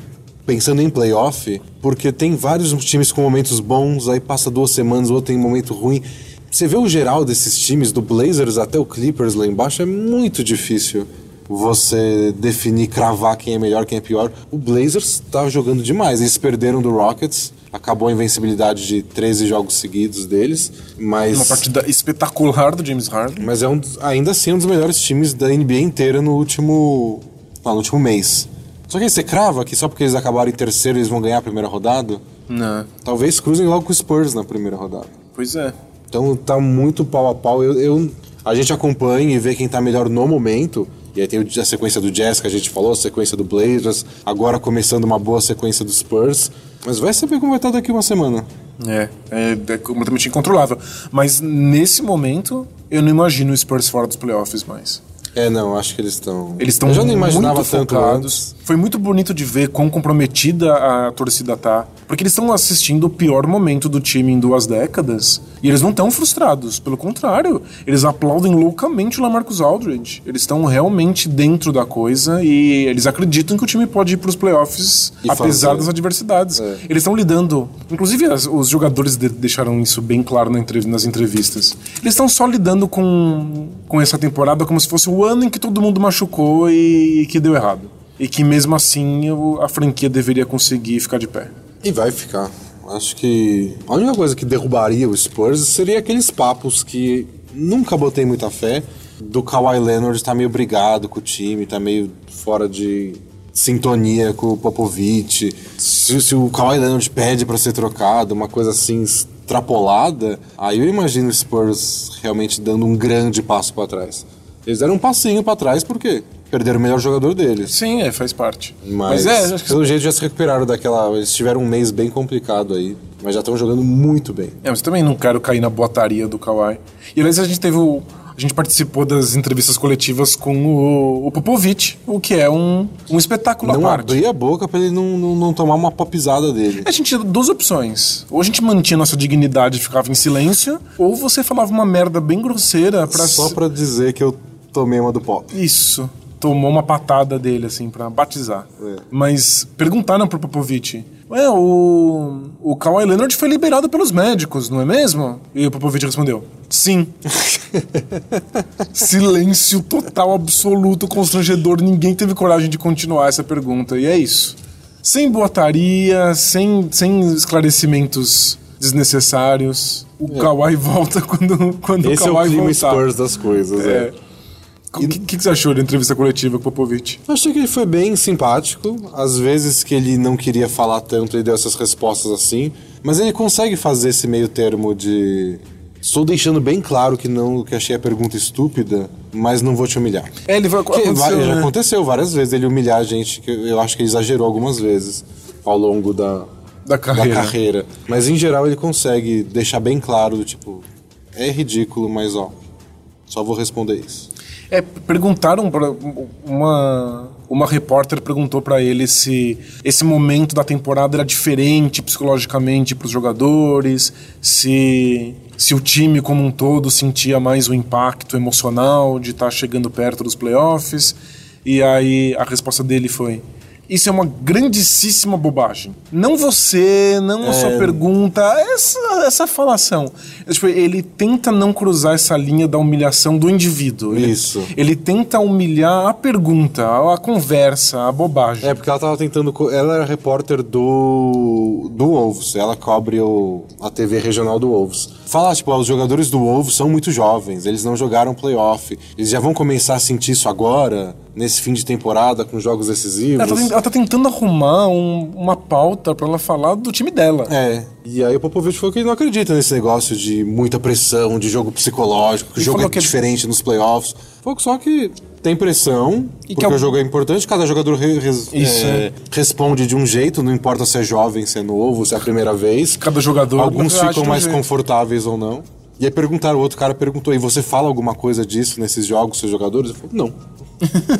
[SPEAKER 2] pensando em playoff, porque tem vários times com momentos bons, aí passa duas semanas, o outro tem momento ruim. Você vê o geral desses times, do Blazers até o Clippers lá embaixo, é muito difícil você definir, cravar quem é melhor, quem é pior. O Blazers tá jogando demais, eles perderam do Rockets, acabou a invencibilidade de 13 jogos seguidos deles, mas...
[SPEAKER 3] Uma partida espetacular do James Harden.
[SPEAKER 2] Mas é um dos- ainda assim um dos melhores times da NBA inteira no último. lá, no último mês. Só que aí você crava que só porque eles acabaram em terceiro eles vão ganhar a primeira rodada?
[SPEAKER 3] Não.
[SPEAKER 2] Talvez cruzem logo com o Spurs na primeira rodada.
[SPEAKER 3] Pois é.
[SPEAKER 2] Então tá muito pau a pau. Eu, eu- a gente acompanha e vê quem tá melhor no momento. E aí tem o- a sequência do Jazz que a gente falou, a sequência do Blazers, agora começando uma boa sequência do Spurs. Mas vai saber como vai estar daqui uma semana.
[SPEAKER 3] É, é, é completamente incontrolável. Mas nesse momento, eu não imagino o Spurs fora dos playoffs mais.
[SPEAKER 2] É, não, acho que eles estão.
[SPEAKER 3] Eles estão
[SPEAKER 2] Eu já não imaginava
[SPEAKER 3] muito
[SPEAKER 2] tanto
[SPEAKER 3] focados.
[SPEAKER 2] antes.
[SPEAKER 3] Foi muito bonito de ver quão comprometida a torcida tá. Porque eles estão assistindo o pior momento do time em duas décadas. E eles não estão frustrados. Pelo contrário, eles aplaudem loucamente o Lamarcus Aldridge. Eles estão realmente dentro da coisa e eles acreditam que o time pode ir pros playoffs,
[SPEAKER 2] E
[SPEAKER 3] apesar
[SPEAKER 2] fazer.
[SPEAKER 3] das adversidades.
[SPEAKER 2] É.
[SPEAKER 3] Eles estão lidando. Inclusive, as- os jogadores de- deixaram isso bem claro na entrev- nas entrevistas. Eles estão só lidando com, com essa temporada como se fosse o ano em que todo mundo machucou e, que deu errado. E que mesmo assim o- a franquia deveria conseguir ficar de pé.
[SPEAKER 2] E vai ficar. Acho que a única coisa que derrubaria o Spurs seria aqueles papos que nunca botei muita fé do Kawhi Leonard tá meio brigado com o time, tá meio fora de sintonia com o Popovich. Se, se o Kawhi Leonard pede pra ser trocado, uma coisa assim extrapolada, aí eu imagino o Spurs realmente dando um grande passo pra trás. Eles deram um passinho pra trás porque perderam o melhor jogador deles.
[SPEAKER 3] Sim, é, faz parte.
[SPEAKER 2] Mas,
[SPEAKER 3] é, acho que
[SPEAKER 2] pelo jeito já se recuperaram daquela. Eles tiveram um mês bem complicado aí, mas já estão jogando muito bem.
[SPEAKER 3] É, mas eu também não quero cair na boataria do Kawhi. E aliás, a gente teve o. A gente participou das entrevistas coletivas com o, o Popovich, o que é um, um espetáculo à
[SPEAKER 2] não
[SPEAKER 3] parte.
[SPEAKER 2] abri a boca pra ele não, não, não tomar uma popizada dele.
[SPEAKER 3] A gente tinha duas opções. Ou a gente mantinha nossa dignidade e ficava em silêncio, ou você falava uma merda bem grosseira pra.
[SPEAKER 2] Só pra dizer que eu tomei uma do pop.
[SPEAKER 3] Isso. Tomou uma patada dele, assim, pra batizar.
[SPEAKER 2] É.
[SPEAKER 3] Mas perguntaram pro Popovich. Ué, o, o Kawhi Leonard foi liberado pelos médicos, não é mesmo? E o Popovich respondeu, sim.
[SPEAKER 2] (laughs)
[SPEAKER 3] Silêncio total, absoluto, constrangedor. Ninguém teve coragem de continuar essa pergunta. E é isso. Sem boataria, sem, sem esclarecimentos desnecessários. O Kawhi volta quando, quando
[SPEAKER 2] É. Esse
[SPEAKER 3] o
[SPEAKER 2] é o
[SPEAKER 3] Kawhi
[SPEAKER 2] clima
[SPEAKER 3] voltar.
[SPEAKER 2] Spurs das coisas, é.
[SPEAKER 3] É. O que, que você achou da entrevista coletiva com o Popovich?
[SPEAKER 2] Eu achei que ele foi bem simpático. Às vezes que ele não queria falar tanto, ele deu essas respostas assim. Mas ele consegue fazer esse meio termo de. Estou deixando bem claro que não que achei a pergunta estúpida, mas não vou te humilhar.
[SPEAKER 3] É, ele vai
[SPEAKER 2] Que vai-
[SPEAKER 3] aconteceu,
[SPEAKER 2] já
[SPEAKER 3] né?
[SPEAKER 2] aconteceu várias vezes ele humilhar a gente, que eu acho que ele exagerou algumas vezes ao longo da,
[SPEAKER 3] da carreira.
[SPEAKER 2] da carreira. Mas em geral ele consegue deixar bem claro, do tipo, é ridículo, mas ó, só vou responder isso.
[SPEAKER 3] É, perguntaram pra uma uma repórter perguntou pra ele se esse momento da temporada era diferente psicologicamente pros jogadores, se se o time como um todo sentia mais o impacto emocional de estar chegando perto dos playoffs. E aí a resposta dele foi: Isso é uma grandíssima bobagem. Não você, não a sua pergunta, é essa, essa falação. É, tipo, ele tenta não cruzar essa linha da humilhação do indivíduo. Ele-
[SPEAKER 2] Isso.
[SPEAKER 3] Ele tenta humilhar a pergunta, a a conversa, a bobagem.
[SPEAKER 2] É, porque ela tava tentando. co- Ela era repórter do. do Wolves. Ela cobre o, a TV regional do Wolves. Falar, tipo, ah, os jogadores do Wolves são muito jovens, eles não jogaram playoff. Eles já vão começar a sentir isso agora, nesse fim de temporada, com jogos decisivos.
[SPEAKER 3] Ela, tá, ten- ela tá tentando arrumar um- uma pauta pra ela falar do time dela.
[SPEAKER 2] É, e aí o Popovich falou que ele não acredita nesse negócio de muita pressão, de jogo psicológico, que o
[SPEAKER 3] Ele
[SPEAKER 2] jogo é
[SPEAKER 3] falou que-
[SPEAKER 2] diferente nos playoffs. Falou que só que tem pressão,
[SPEAKER 3] E que
[SPEAKER 2] porque
[SPEAKER 3] é o-
[SPEAKER 2] o jogo é importante, cada jogador re- res-
[SPEAKER 3] Isso,
[SPEAKER 2] é,
[SPEAKER 3] é.
[SPEAKER 2] responde de um jeito, não importa se é jovem, se é novo, se é a primeira vez.
[SPEAKER 3] Cada jogador
[SPEAKER 2] Alguns
[SPEAKER 3] reage
[SPEAKER 2] ficam
[SPEAKER 3] de um
[SPEAKER 2] mais
[SPEAKER 3] jeito.
[SPEAKER 2] confortáveis ou não. E aí perguntaram, o outro cara perguntou, e você fala alguma coisa disso nesses jogos, seus jogadores? Ele falou, não.
[SPEAKER 3] (laughs)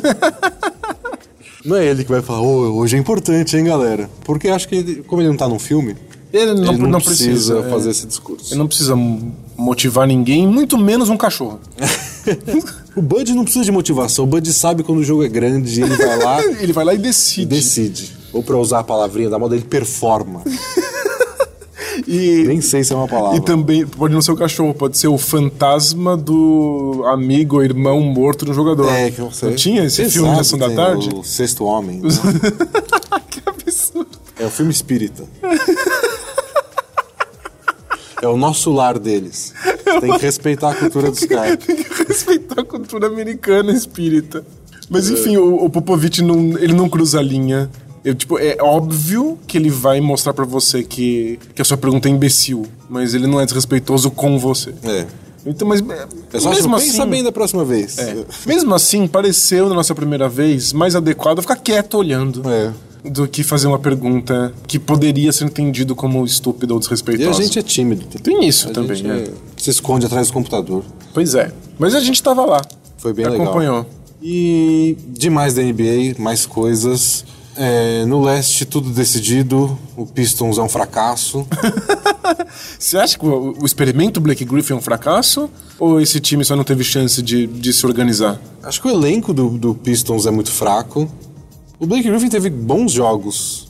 [SPEAKER 2] não é ele que vai falar, "Ô, hoje é importante, hein, galera? Porque acho que, ele- como ele não tá num filme,
[SPEAKER 3] Ele não,
[SPEAKER 2] ele não,
[SPEAKER 3] não
[SPEAKER 2] precisa,
[SPEAKER 3] precisa é.
[SPEAKER 2] fazer esse discurso.
[SPEAKER 3] Ele não precisa mo- motivar ninguém, muito menos um cachorro.
[SPEAKER 2] O Bud não precisa de motivação. O Bud sabe quando o jogo é grande, ele vai
[SPEAKER 3] (laughs)
[SPEAKER 2] lá
[SPEAKER 3] Ele vai lá e
[SPEAKER 2] e
[SPEAKER 3] decide.
[SPEAKER 2] decide. Ou pra usar a palavrinha da moda, ele performa.
[SPEAKER 3] E,
[SPEAKER 2] Nem sei se é uma palavra.
[SPEAKER 3] e também, pode não ser o cachorro, pode ser o fantasma do amigo ou irmão morto do jogador.
[SPEAKER 2] é, que eu sei.
[SPEAKER 3] tinha esse
[SPEAKER 2] Você
[SPEAKER 3] filme de
[SPEAKER 2] sabe,
[SPEAKER 3] Ação da
[SPEAKER 2] tem
[SPEAKER 3] Tarde?
[SPEAKER 2] O Sexto Homem. né?
[SPEAKER 3] (laughs) que absurdo.
[SPEAKER 2] É o filme espírita. É o nosso lar
[SPEAKER 3] (laughs)
[SPEAKER 2] deles. Tem que respeitar a cultura dos caras.
[SPEAKER 3] Tem que respeitar a cultura americana espírita.
[SPEAKER 2] É.
[SPEAKER 3] Mas enfim, o, o Popovich não, ele não cruza a linha. Eu, tipo, é óbvio que ele vai mostrar pra você que, que a sua pergunta é imbecil, mas ele não é desrespeitoso com você.
[SPEAKER 2] É.
[SPEAKER 3] Então, mas é,
[SPEAKER 2] É só né?
[SPEAKER 3] mesmo
[SPEAKER 2] assim,
[SPEAKER 3] assim,
[SPEAKER 2] pensa bem da próxima vez.
[SPEAKER 3] é. mesmo assim, pareceu na nossa primeira vez mais adequado ficar quieto olhando.
[SPEAKER 2] É.
[SPEAKER 3] do que fazer uma pergunta que poderia ser entendido como estúpida ou
[SPEAKER 2] E
[SPEAKER 3] desrespeitosa.
[SPEAKER 2] a gente é tímido.
[SPEAKER 3] Tem isso
[SPEAKER 2] A
[SPEAKER 3] também,
[SPEAKER 2] gente
[SPEAKER 3] né?
[SPEAKER 2] é- se esconde atrás do computador.
[SPEAKER 3] Pois é. Mas a gente tava lá.
[SPEAKER 2] Foi bem legal.
[SPEAKER 3] Acompanhou.
[SPEAKER 2] E demais da NBA, mais coisas. É, no leste, tudo decidido. O Pistons é um fracasso.
[SPEAKER 3] (laughs) Você acha que o, o experimento Blake Griffin é um fracasso? Ou esse time só não teve chance de, de se organizar?
[SPEAKER 2] Acho que o elenco do, do Pistons é muito fraco. O Blake Griffin teve bons jogos.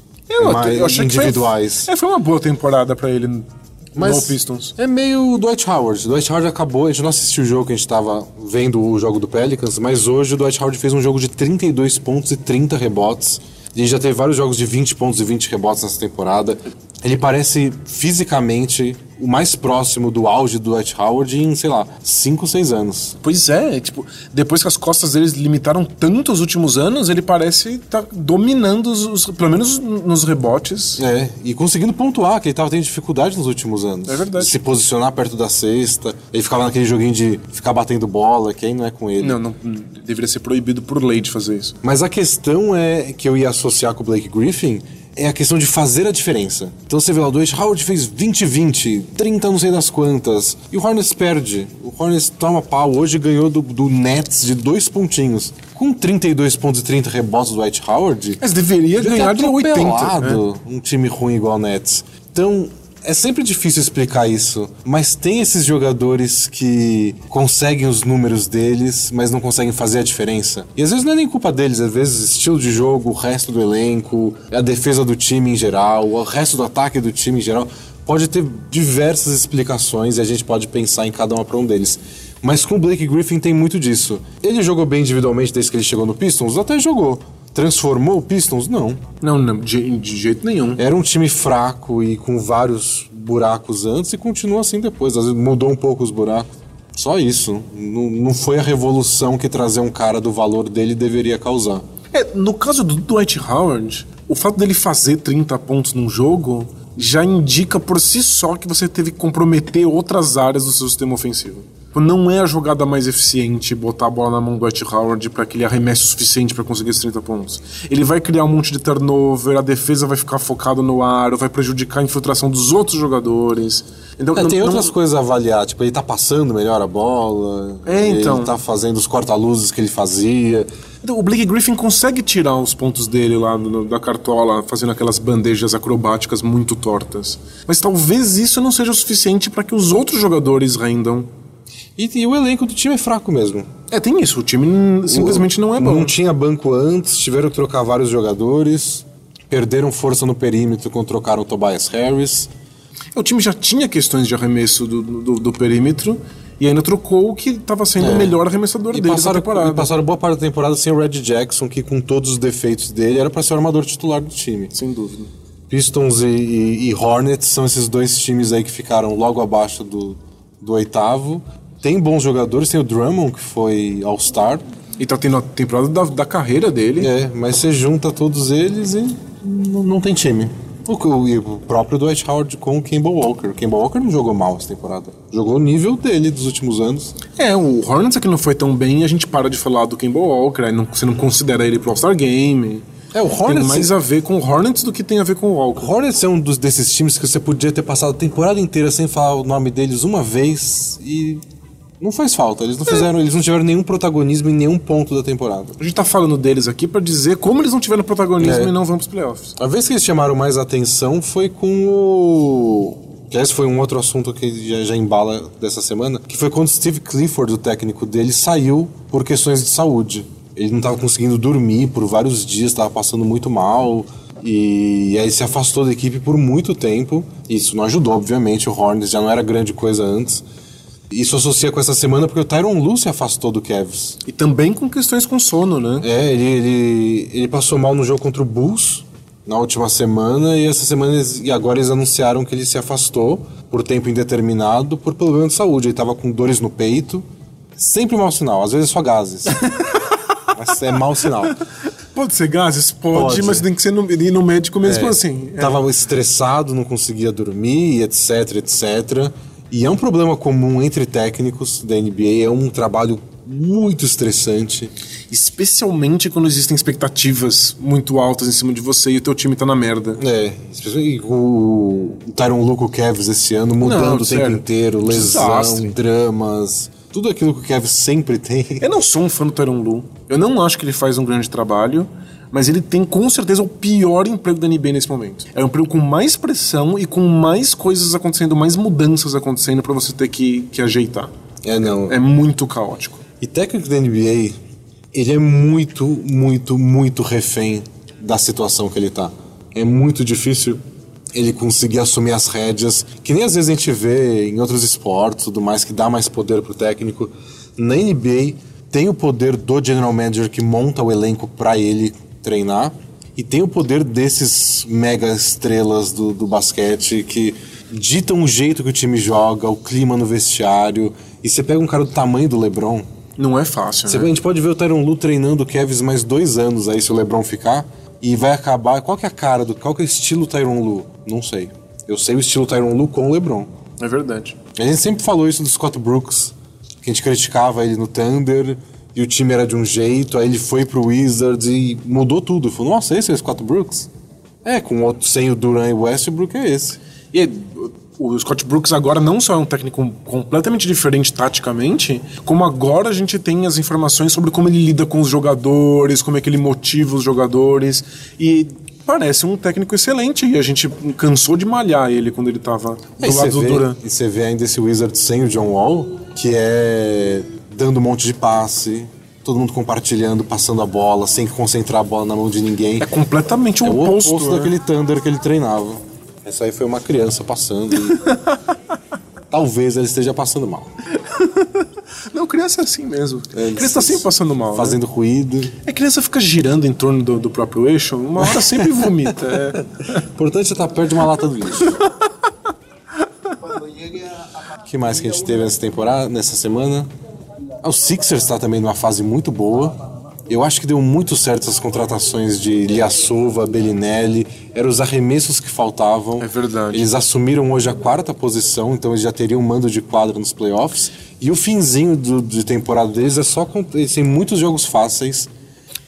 [SPEAKER 2] mas É individuais.
[SPEAKER 3] Foi, é, foi uma boa temporada pra ele no-
[SPEAKER 2] Mas
[SPEAKER 3] no Pistons.
[SPEAKER 2] É meio o Dwight Howard. O Dwight Howard acabou, a gente não assistiu o jogo que a gente tava vendo o jogo do Pelicans, mas hoje o Dwight Howard fez um jogo de 32 pontos e 30 rebotes. E já teve vários jogos de 20 pontos e 20 rebotes nessa temporada. Ele parece fisicamente o mais próximo do auge do Dwight Howard em, sei lá, 5 ou 6 anos.
[SPEAKER 3] Pois é, tipo, depois que as costas deles limitaram tanto os últimos anos, ele parece estar dominando os, os- pelo menos nos rebotes.
[SPEAKER 2] É, e conseguindo pontuar, que ele tava tendo dificuldade nos últimos anos.
[SPEAKER 3] É verdade.
[SPEAKER 2] Se posicionar perto da cesta. Ele ficava naquele joguinho de ficar batendo bola, que aí não é com ele.
[SPEAKER 3] Não, não deveria ser proibido por lei de fazer isso.
[SPEAKER 2] Mas a questão é que eu ia associar com o Blake Griffin é a questão de fazer a diferença. Então você vê lá, o Dwight Howard fez 20-20, 30 não sei das quantas, e o Hornets perde. O Hornets toma pau, hoje ganhou do, do Nets de dois pontinhos. Com 32 pontos e 30 rebotes do Dwight Howard,
[SPEAKER 3] Mas tá deveria
[SPEAKER 2] devia ter
[SPEAKER 3] ganhar de 80. né?
[SPEAKER 2] atropelado um time ruim igual o Nets. Então... É sempre difícil explicar isso, mas tem esses jogadores que conseguem os números deles, mas não conseguem fazer a diferença. E às vezes não é nem culpa deles, às vezes estilo de jogo, o resto do elenco, a defesa do time em geral, o resto do ataque do time em geral, pode ter diversas explicações e a gente pode pensar em cada uma para um deles. Mas com o Blake Griffin tem muito disso. Ele jogou bem individualmente desde que ele chegou no Pistons? Até jogou. Transformou o Pistons? Não.
[SPEAKER 3] Não, não, de, de jeito nenhum.
[SPEAKER 2] Era um time fraco e com vários buracos antes e continua assim depois. Às vezes mudou um pouco os buracos. Só isso. Não, não foi a revolução que trazer um cara do valor dele deveria causar.
[SPEAKER 3] É, no caso do Dwight Howard, o fato dele fazer 30 pontos num jogo já indica por si só que você teve que comprometer outras áreas do seu sistema ofensivo. Tipo, Não é a jogada mais eficiente botar a bola na mão do Dwight Howard para que ele arremesse o suficiente para conseguir esses 30 pontos. Ele vai criar um monte de turnover, a defesa vai ficar focada no aro, vai prejudicar a infiltração dos outros jogadores. Então,
[SPEAKER 2] É,
[SPEAKER 3] não-
[SPEAKER 2] tem
[SPEAKER 3] não-
[SPEAKER 2] outras coisas a avaliar, tipo, ele tá passando melhor a bola,
[SPEAKER 3] É, então.
[SPEAKER 2] ele tá fazendo os corta-luzes que ele fazia.
[SPEAKER 3] O Blake Griffin consegue tirar os pontos dele lá no- da cartola, fazendo aquelas bandejas acrobáticas muito tortas. Mas talvez isso não seja o suficiente para que os outros jogadores rendam.
[SPEAKER 2] E, e o elenco do time é fraco mesmo.
[SPEAKER 3] É, tem isso. O time hum, simplesmente não é bom.
[SPEAKER 2] Não tinha banco antes, tiveram que trocar vários jogadores, perderam força no perímetro quando trocaram o Tobias Harris.
[SPEAKER 3] O time já tinha questões de arremesso do, do, do perímetro e ainda trocou o que estava sendo
[SPEAKER 2] É.
[SPEAKER 3] o melhor arremessador
[SPEAKER 2] E
[SPEAKER 3] dele
[SPEAKER 2] passaram,
[SPEAKER 3] da temporada.
[SPEAKER 2] e passaram boa parte da temporada sem o Red Jackson, que com todos os defeitos dele era pra ser o armador titular do time.
[SPEAKER 3] Sem dúvida.
[SPEAKER 2] Pistons e, e- e Hornets são esses dois times aí que ficaram logo abaixo do, do oitavo. Tem bons jogadores, tem o Drummond, que foi All-Star.
[SPEAKER 3] E tá tendo a temporada da, da carreira dele.
[SPEAKER 2] É, mas você junta todos eles e n- não tem time. O, o, e o próprio Dwight Howard com o Kemba Walker. O Kemba Walker não jogou mal essa temporada. Jogou o nível dele dos últimos anos.
[SPEAKER 3] É, o Hornets aqui não foi tão bem, a gente para de falar do Kemba Walker, aí não- você não considera ele pro All-Star Game.
[SPEAKER 2] É, o Hornets-
[SPEAKER 3] Tem mais a ver com o Hornets do que tem a ver com o Walker.
[SPEAKER 2] Hornets é um dos, desses times que você podia ter passado a temporada inteira sem falar o nome deles uma vez e não faz falta. Eles não fizeram, eles não tiveram nenhum protagonismo em nenhum ponto da temporada.
[SPEAKER 3] A gente tá falando deles aqui pra dizer como eles não tiveram protagonismo
[SPEAKER 2] É.
[SPEAKER 3] e não vão pros playoffs.
[SPEAKER 2] A vez que eles chamaram mais atenção foi com o. Que esse foi um outro assunto que já, já embala dessa semana, que foi quando Steve Clifford, o técnico dele, saiu por questões de saúde. Ele não estava conseguindo dormir por vários dias, estava passando muito mal. E aí se afastou da equipe por muito tempo. Isso não ajudou, obviamente. O Hornets já não era grande coisa antes. Isso associa com essa semana porque o Tyron Lue se afastou do Cavs.
[SPEAKER 3] E também com questões com sono, né?
[SPEAKER 2] É, ele, ele, ele passou mal no jogo contra o Bulls na última semana e essa semana eles- e agora eles anunciaram que ele se afastou por tempo indeterminado por problema de saúde. Ele tava com dores no peito. Sempre mau sinal, às vezes só
[SPEAKER 3] (laughs)
[SPEAKER 2] gases. Mas é mau sinal.
[SPEAKER 3] Pode ser gases? Pode,
[SPEAKER 2] Pode.
[SPEAKER 3] mas tem que ser no, ir no médico mesmo
[SPEAKER 2] É,
[SPEAKER 3] assim. É.
[SPEAKER 2] Tava estressado, não conseguia dormir, etc, etc. E é um problema comum entre técnicos da NBA, é um trabalho muito estressante.
[SPEAKER 3] Especialmente quando existem expectativas muito altas em cima de você e o teu time tá na merda.
[SPEAKER 2] É, e o Tyron Luco Cavs esse ano mudando
[SPEAKER 3] Não,
[SPEAKER 2] o tempo
[SPEAKER 3] sério.
[SPEAKER 2] inteiro, lesão,
[SPEAKER 3] Desastre.
[SPEAKER 2] dramas, tudo aquilo que o Cavs sempre tem.
[SPEAKER 3] Eu não sou um fã do Tyron Lu. Eu não acho que ele faz um grande trabalho, mas ele tem com certeza o pior emprego da NBA nesse momento. É um emprego com mais pressão e com mais coisas acontecendo, mais mudanças acontecendo pra você ter que, que ajeitar.
[SPEAKER 2] É, não.
[SPEAKER 3] É muito caótico.
[SPEAKER 2] E técnico da NBA, ele é muito, muito, muito refém da situação que ele tá. É muito difícil ele conseguir assumir as rédeas, que nem às vezes a gente vê em outros esportes e tudo mais, que dá mais poder pro técnico. Na NBA, tem o poder do general manager que monta o elenco pra ele treinar, e tem o poder desses mega estrelas do, do basquete que ditam o jeito que o time joga, o clima no vestiário. E você pega um cara do tamanho do LeBron,
[SPEAKER 3] Não é fácil,
[SPEAKER 2] você-
[SPEAKER 3] né?
[SPEAKER 2] A gente pode ver o Tyron Lu treinando o Kevs mais dois anos aí se o LeBron ficar e vai acabar. Qual que é a cara do? Qual que é o estilo Tyron Lu? Não sei. Eu sei o estilo Tyron Lu com o LeBron.
[SPEAKER 3] É verdade.
[SPEAKER 2] A gente sempre falou isso do Scott Brooks, que a gente criticava ele no Thunder e o time era de um jeito, aí ele foi pro Wizards e mudou tudo. Falou, nossa, esse é o Scott Brooks? É, com outro sem o Duran e o Westbrook é esse.
[SPEAKER 3] E o- o Scott Brooks agora não só é um técnico completamente diferente taticamente, como agora a gente tem as informações sobre como ele lida com os jogadores, como é que ele motiva os jogadores e parece um técnico excelente e a gente cansou de malhar ele quando ele tava do
[SPEAKER 2] Aí
[SPEAKER 3] lado
[SPEAKER 2] você
[SPEAKER 3] do
[SPEAKER 2] vê-
[SPEAKER 3] Duran.
[SPEAKER 2] E você vê ainda esse Wizard sem o John Wall, que é dando um monte de passe, todo mundo compartilhando, passando a bola, sem concentrar a bola na mão de ninguém.
[SPEAKER 3] É completamente o
[SPEAKER 2] É o
[SPEAKER 3] oposto,
[SPEAKER 2] oposto,
[SPEAKER 3] né?
[SPEAKER 2] daquele Thunder que ele treinava. Essa aí foi uma criança passando.
[SPEAKER 3] (laughs)
[SPEAKER 2] e- Talvez ele esteja passando mal.
[SPEAKER 3] Não, criança é assim mesmo.
[SPEAKER 2] Ele
[SPEAKER 3] criança tá sempre passando mal. né?
[SPEAKER 2] Fazendo ruído.
[SPEAKER 3] É criança fica girando em torno do, do próprio eixo, uma hora sempre vomita. é.
[SPEAKER 2] O importante é estar perto de uma lata do lixo. O que mais que a gente teve nessa temporada, nessa semana? Ah, o Sixers está também numa fase muito boa. Eu acho que deu muito certo as contratações de Liassova, Bellinelli. Eram os arremessos que faltavam.
[SPEAKER 3] É verdade.
[SPEAKER 2] Eles assumiram hoje a quarta posição, então eles já teriam mando de quadra nos playoffs. E o finzinho do- de temporada deles é só... com- Eles têm muitos jogos fáceis.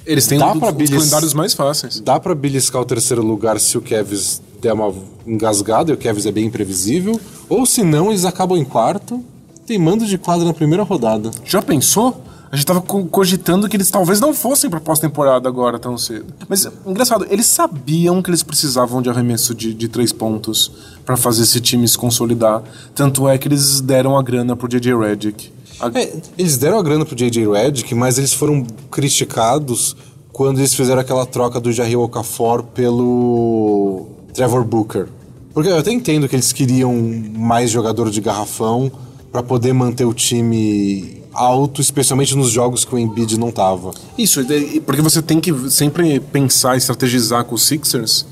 [SPEAKER 3] Eles têm
[SPEAKER 2] Dá
[SPEAKER 3] um dos
[SPEAKER 2] pra beliscar-
[SPEAKER 3] calendários mais fáceis.
[SPEAKER 2] Dá pra beliscar o terceiro lugar se o Kevs der uma engasgada, e o Kevs é bem imprevisível, ou se não, eles acabam em quarto, tem mando de quadra na primeira rodada.
[SPEAKER 3] Já pensou? A gente tava co- cogitando que eles talvez não fossem pra pós-temporada agora tão cedo. Mas, engraçado, eles sabiam que eles precisavam de arremesso de, de três pontos pra fazer esse time se consolidar. Tanto é que eles deram a grana pro JJ Redick. A-
[SPEAKER 2] É, eles deram a grana pro J.J. Redick, mas eles foram criticados quando eles fizeram aquela troca do Jair Okafor pelo Trevor Booker. Porque eu até entendo que eles queriam mais jogador de garrafão pra poder manter o time alto, especialmente nos jogos que o Embiid não tava.
[SPEAKER 3] Isso, e- e- porque você tem que sempre pensar e estrategizar com os Sixers,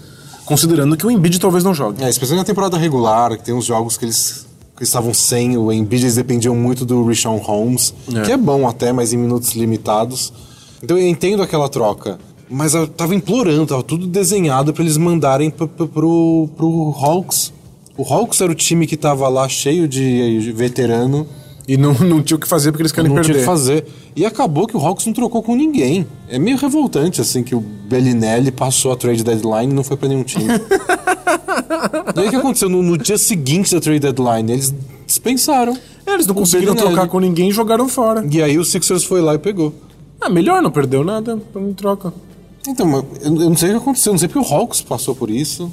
[SPEAKER 3] considerando que o Embiid talvez não jogue.
[SPEAKER 2] É, especialmente na temporada regular, que tem uns jogos que eles que estavam sem o Embiid, eles dependiam muito do Rishon Holmes,
[SPEAKER 3] É.
[SPEAKER 2] que é bom até, mas em minutos limitados. Então eu entendo aquela troca. Mas eu tava implorando, tava tudo desenhado pra eles mandarem pro, pro, pro, pro Hawks. O Hawks era o time que tava lá cheio de de veterano,
[SPEAKER 3] E não, não tinha o que fazer porque eles querem
[SPEAKER 2] não
[SPEAKER 3] perder.
[SPEAKER 2] tinha o que fazer. E acabou que o Hawks não trocou com ninguém. É meio revoltante, assim, que o Bellinelli passou a trade deadline e não foi pra nenhum
[SPEAKER 3] (laughs)
[SPEAKER 2] time. Daí o que aconteceu? No, no dia seguinte da trade deadline, eles dispensaram.
[SPEAKER 3] É, eles não
[SPEAKER 2] O
[SPEAKER 3] conseguiram
[SPEAKER 2] Bellinelli.
[SPEAKER 3] trocar com ninguém e jogaram fora.
[SPEAKER 2] E aí o Sixers foi lá e pegou.
[SPEAKER 3] Ah, melhor, não perdeu nada, não troca.
[SPEAKER 2] Então, mas eu eu não sei o que aconteceu, eu não sei porque o Hawks passou por isso.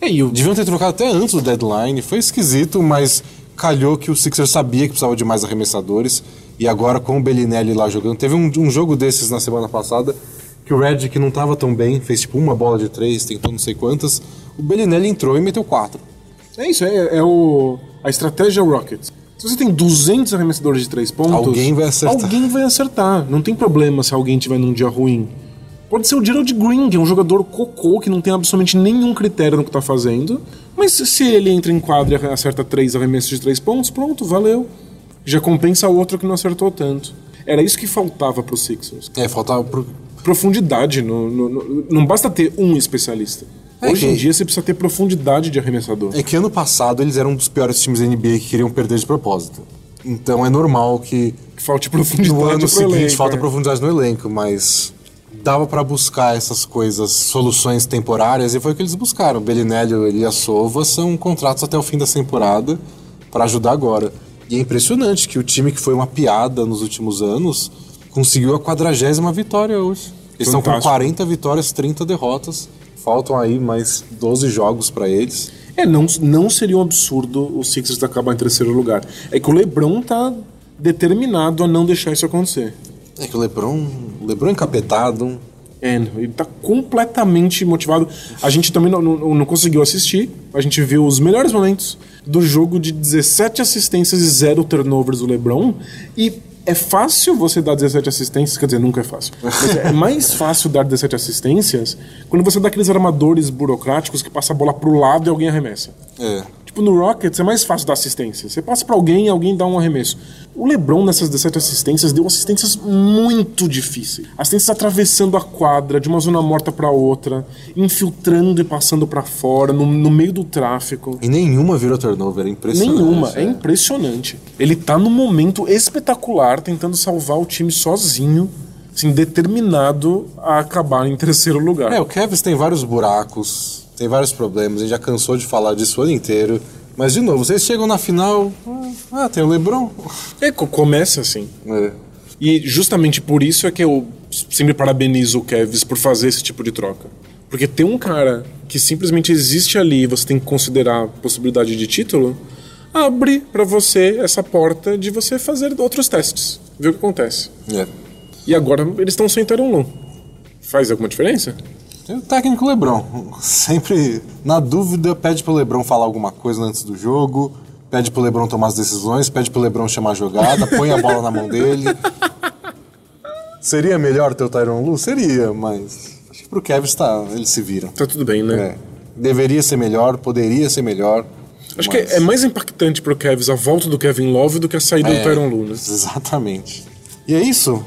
[SPEAKER 3] É, e o
[SPEAKER 2] Deviam ter trocado até antes do deadline. Foi esquisito, mas calhou que o Sixers sabia que precisava de mais arremessadores. E agora com o Bellinelli lá jogando. Teve um, um jogo desses na semana passada que o Red, que não tava tão bem, fez tipo uma bola de três, tentou não sei quantas. O Bellinelli entrou e meteu quatro.
[SPEAKER 3] É isso, é, é o, a estratégia Rockets. Se você tem 200 arremessadores de três pontos,
[SPEAKER 2] Alguém vai acertar.
[SPEAKER 3] Alguém vai acertar. Não tem problema se alguém tiver num dia ruim. Pode ser o Gerald Green, que é um jogador cocô que não tem absolutamente nenhum critério no que tá fazendo. Mas se- se ele entra em quadra e acerta três arremessos de três pontos, pronto, valeu. Já compensa o outro que não acertou tanto. Era isso que faltava pro Sixers.
[SPEAKER 2] É, faltava pro.
[SPEAKER 3] Profundidade. no- no- no- não basta ter um especialista.
[SPEAKER 2] É
[SPEAKER 3] Hoje
[SPEAKER 2] que-
[SPEAKER 3] em dia você precisa ter profundidade de arremessador.
[SPEAKER 2] É que ano passado eles eram um dos piores times da NBA que queriam perder de propósito. Então é normal que
[SPEAKER 3] Que falte profundidade.
[SPEAKER 2] no ano
[SPEAKER 3] pro
[SPEAKER 2] seguinte
[SPEAKER 3] elenco,
[SPEAKER 2] falta
[SPEAKER 3] né?
[SPEAKER 2] profundidade no elenco, mas dava pra buscar essas coisas, soluções temporárias, e foi o que eles buscaram. Belinelli e Elias Sova são contratos até o fim da temporada pra ajudar agora. E é impressionante que o time que foi uma piada nos últimos anos conseguiu a quadragésima vitória hoje. Eles estão com
[SPEAKER 3] Fantástico.
[SPEAKER 2] 40 vitórias, 30 derrotas. Faltam aí mais 12 jogos pra eles.
[SPEAKER 3] É, não, não seria um absurdo o Sixers acabar em terceiro lugar. É que o LeBron tá determinado a não deixar isso acontecer.
[SPEAKER 2] É que o Lebron, o Lebron encapetado,
[SPEAKER 3] É, ele tá completamente motivado. A gente também não, não, não conseguiu assistir. A gente viu os melhores momentos do jogo de 17 assistências e zero turnovers do LeBron. E é fácil você dar 17 assistências, quer dizer, nunca é fácil. Mas (laughs) é mais fácil dar 17 assistências quando você dá aqueles armadores burocráticos que passa a bola pro lado e alguém arremessa.
[SPEAKER 2] é,
[SPEAKER 3] Tipo, no Rockets é mais fácil dar assistência. Você passa pra alguém e alguém dá um arremesso. O LeBron, nessas 17 assistências, deu assistências muito difíceis. Assistências atravessando a quadra, de uma zona morta pra outra, infiltrando e passando pra fora, no, no meio do tráfico.
[SPEAKER 2] E nenhuma virou turnover, é impressionante.
[SPEAKER 3] Nenhuma, é
[SPEAKER 2] hein?
[SPEAKER 3] impressionante. Ele tá num momento espetacular, tentando salvar o time sozinho, assim, determinado a acabar em terceiro lugar.
[SPEAKER 2] É, o Kevs tem vários buracos, tem vários problemas, a gente já cansou de falar disso o ano inteiro. Mas, de novo, vocês chegam na final. Ah, tem o Lebron.
[SPEAKER 3] É, co- começa assim.
[SPEAKER 2] É.
[SPEAKER 3] E justamente por isso é que eu sempre parabenizo o Kevs por fazer esse tipo de troca. Porque ter um cara que simplesmente existe ali e você tem que considerar a possibilidade de título, abre pra você essa porta de você fazer outros testes, ver o que acontece.
[SPEAKER 2] é.
[SPEAKER 3] E agora eles estão sem Taron Lon. Faz alguma diferença?
[SPEAKER 2] Tem o técnico Lebron. (laughs) Sempre, na dúvida, pede pro Lebron falar alguma coisa antes do jogo, pede pro Lebron tomar as decisões, pede pro Lebron chamar a jogada, põe a bola na mão dele. Seria melhor ter o Tyron Lu? Seria, mas. Acho que pro Kevs tá. Eles se viram.
[SPEAKER 3] Tá tudo bem, né?
[SPEAKER 2] É. Deveria ser melhor, poderia ser melhor.
[SPEAKER 3] Acho
[SPEAKER 2] mas-
[SPEAKER 3] que é mais impactante pro Kevs a volta do Kevin Love do que a saída do
[SPEAKER 2] É,
[SPEAKER 3] Tyron Lue, né?
[SPEAKER 2] Exatamente. E é isso.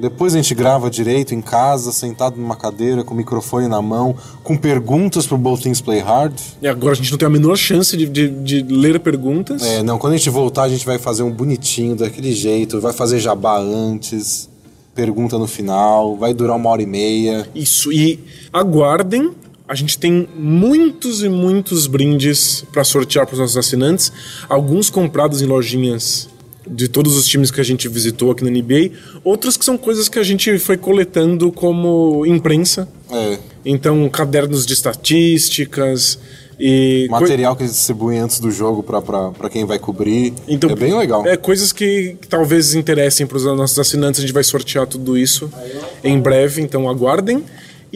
[SPEAKER 2] Depois a gente grava direito em casa, sentado numa cadeira, com o microfone na mão, com perguntas pro Both Things Play Hard.
[SPEAKER 3] E agora a gente não tem a menor chance de, de- de ler perguntas.
[SPEAKER 2] É, não, quando a gente voltar, a gente vai fazer um bonitinho daquele jeito, vai fazer jabá antes, pergunta no final, vai durar uma hora e meia.
[SPEAKER 3] Isso, e aguardem. A gente tem muitos e muitos brindes para sortear para os nossos assinantes. Alguns comprados em lojinhas de todos os times que a gente visitou aqui na NBA. Outros que são coisas que a gente foi coletando como imprensa.
[SPEAKER 2] É,
[SPEAKER 3] Então, cadernos de estatísticas e... coi-
[SPEAKER 2] material que eles distribuem antes do jogo pra, pra, pra quem vai cobrir.
[SPEAKER 3] Então,
[SPEAKER 2] é bem legal.
[SPEAKER 3] É, coisas que, que talvez interessem para os nossos assinantes, a gente vai sortear tudo isso em breve, então aguardem.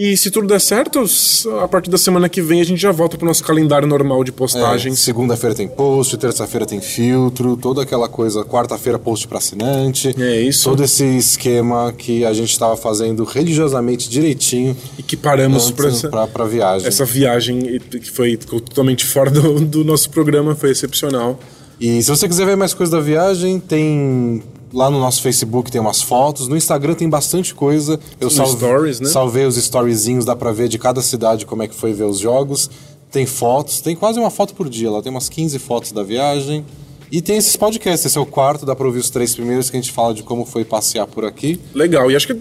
[SPEAKER 3] E se tudo der certo, s- a partir da semana que vem a gente já volta para o nosso calendário normal de
[SPEAKER 2] É,
[SPEAKER 3] postagens.
[SPEAKER 2] Segunda-feira tem post, terça-feira tem filtro, toda aquela coisa. Quarta-feira post para assinante.
[SPEAKER 3] É isso.
[SPEAKER 2] Todo esse esquema que a gente estava fazendo religiosamente direitinho
[SPEAKER 3] E que paramos para essa,
[SPEAKER 2] para viagem.
[SPEAKER 3] essa viagem e t- que foi totalmente fora do, do nosso programa, foi excepcional.
[SPEAKER 2] E se você quiser ver mais coisa da viagem, tem lá no nosso Facebook tem umas fotos, no Instagram tem bastante coisa. Eu
[SPEAKER 3] Nos stories, né?
[SPEAKER 2] salvei os storyzinhos, dá pra ver de cada cidade como é que foi ver os jogos. Tem fotos, tem quase uma foto por dia, lá tem umas 15 fotos da viagem. E tem esses podcasts, esse é o quarto, dá pra ouvir os três primeiros que a gente fala de como foi passear por aqui.
[SPEAKER 3] Legal, e acho que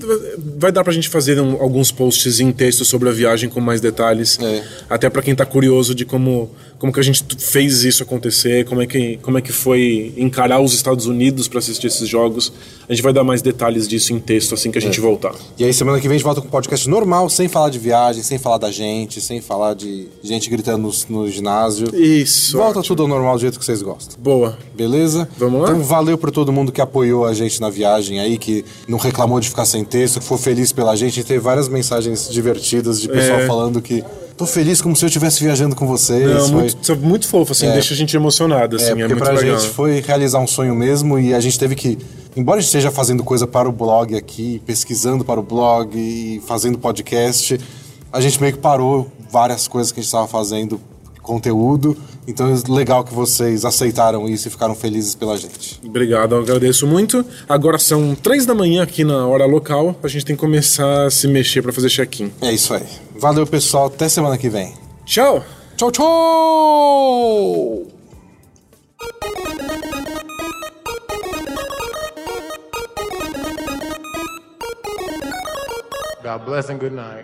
[SPEAKER 3] vai dar pra gente fazer um- alguns posts em texto sobre a viagem com mais detalhes.
[SPEAKER 2] É.
[SPEAKER 3] Até pra quem tá curioso de como, como que a gente t- fez isso acontecer, como é que, como é que foi encarar os Estados Unidos pra assistir esses jogos. A gente vai dar mais detalhes disso em texto assim que a
[SPEAKER 2] É.
[SPEAKER 3] gente voltar.
[SPEAKER 2] E aí semana que vem a gente volta com um podcast normal, sem falar de viagem, sem falar da gente, sem falar de gente gritando no, no ginásio.
[SPEAKER 3] Isso.
[SPEAKER 2] volta tudo ao normal do jeito que vocês gostam.
[SPEAKER 3] Boa.
[SPEAKER 2] Beleza?
[SPEAKER 3] Vamos lá?
[SPEAKER 2] Então valeu pra todo mundo que apoiou a gente na viagem aí, que não reclamou de ficar sem texto, que foi feliz pela gente. A gente teve várias mensagens divertidas de pessoal
[SPEAKER 3] É.
[SPEAKER 2] falando que tô feliz como se eu estivesse viajando com vocês.
[SPEAKER 3] Não,
[SPEAKER 2] Foi-
[SPEAKER 3] muito, isso é muito fofo, assim,
[SPEAKER 2] É.
[SPEAKER 3] deixa a gente emocionado,
[SPEAKER 2] É,
[SPEAKER 3] assim, é,
[SPEAKER 2] porque
[SPEAKER 3] muito
[SPEAKER 2] pra
[SPEAKER 3] legal.
[SPEAKER 2] gente foi realizar um sonho mesmo e a gente teve que. Embora a gente esteja fazendo coisa para o blog aqui, pesquisando para o blog e fazendo podcast, a gente meio que parou várias coisas que a gente estava fazendo, conteúdo. Então é legal que vocês aceitaram isso e ficaram felizes pela gente.
[SPEAKER 3] Obrigado, eu agradeço muito. Agora são três da manhã aqui na hora local. A gente tem que começar a se mexer pra fazer check-in.
[SPEAKER 2] É isso aí. Valeu, pessoal. Até semana que vem.
[SPEAKER 3] Tchau!
[SPEAKER 2] Tchau, tchau!
[SPEAKER 4] Thank you. God bless and good night.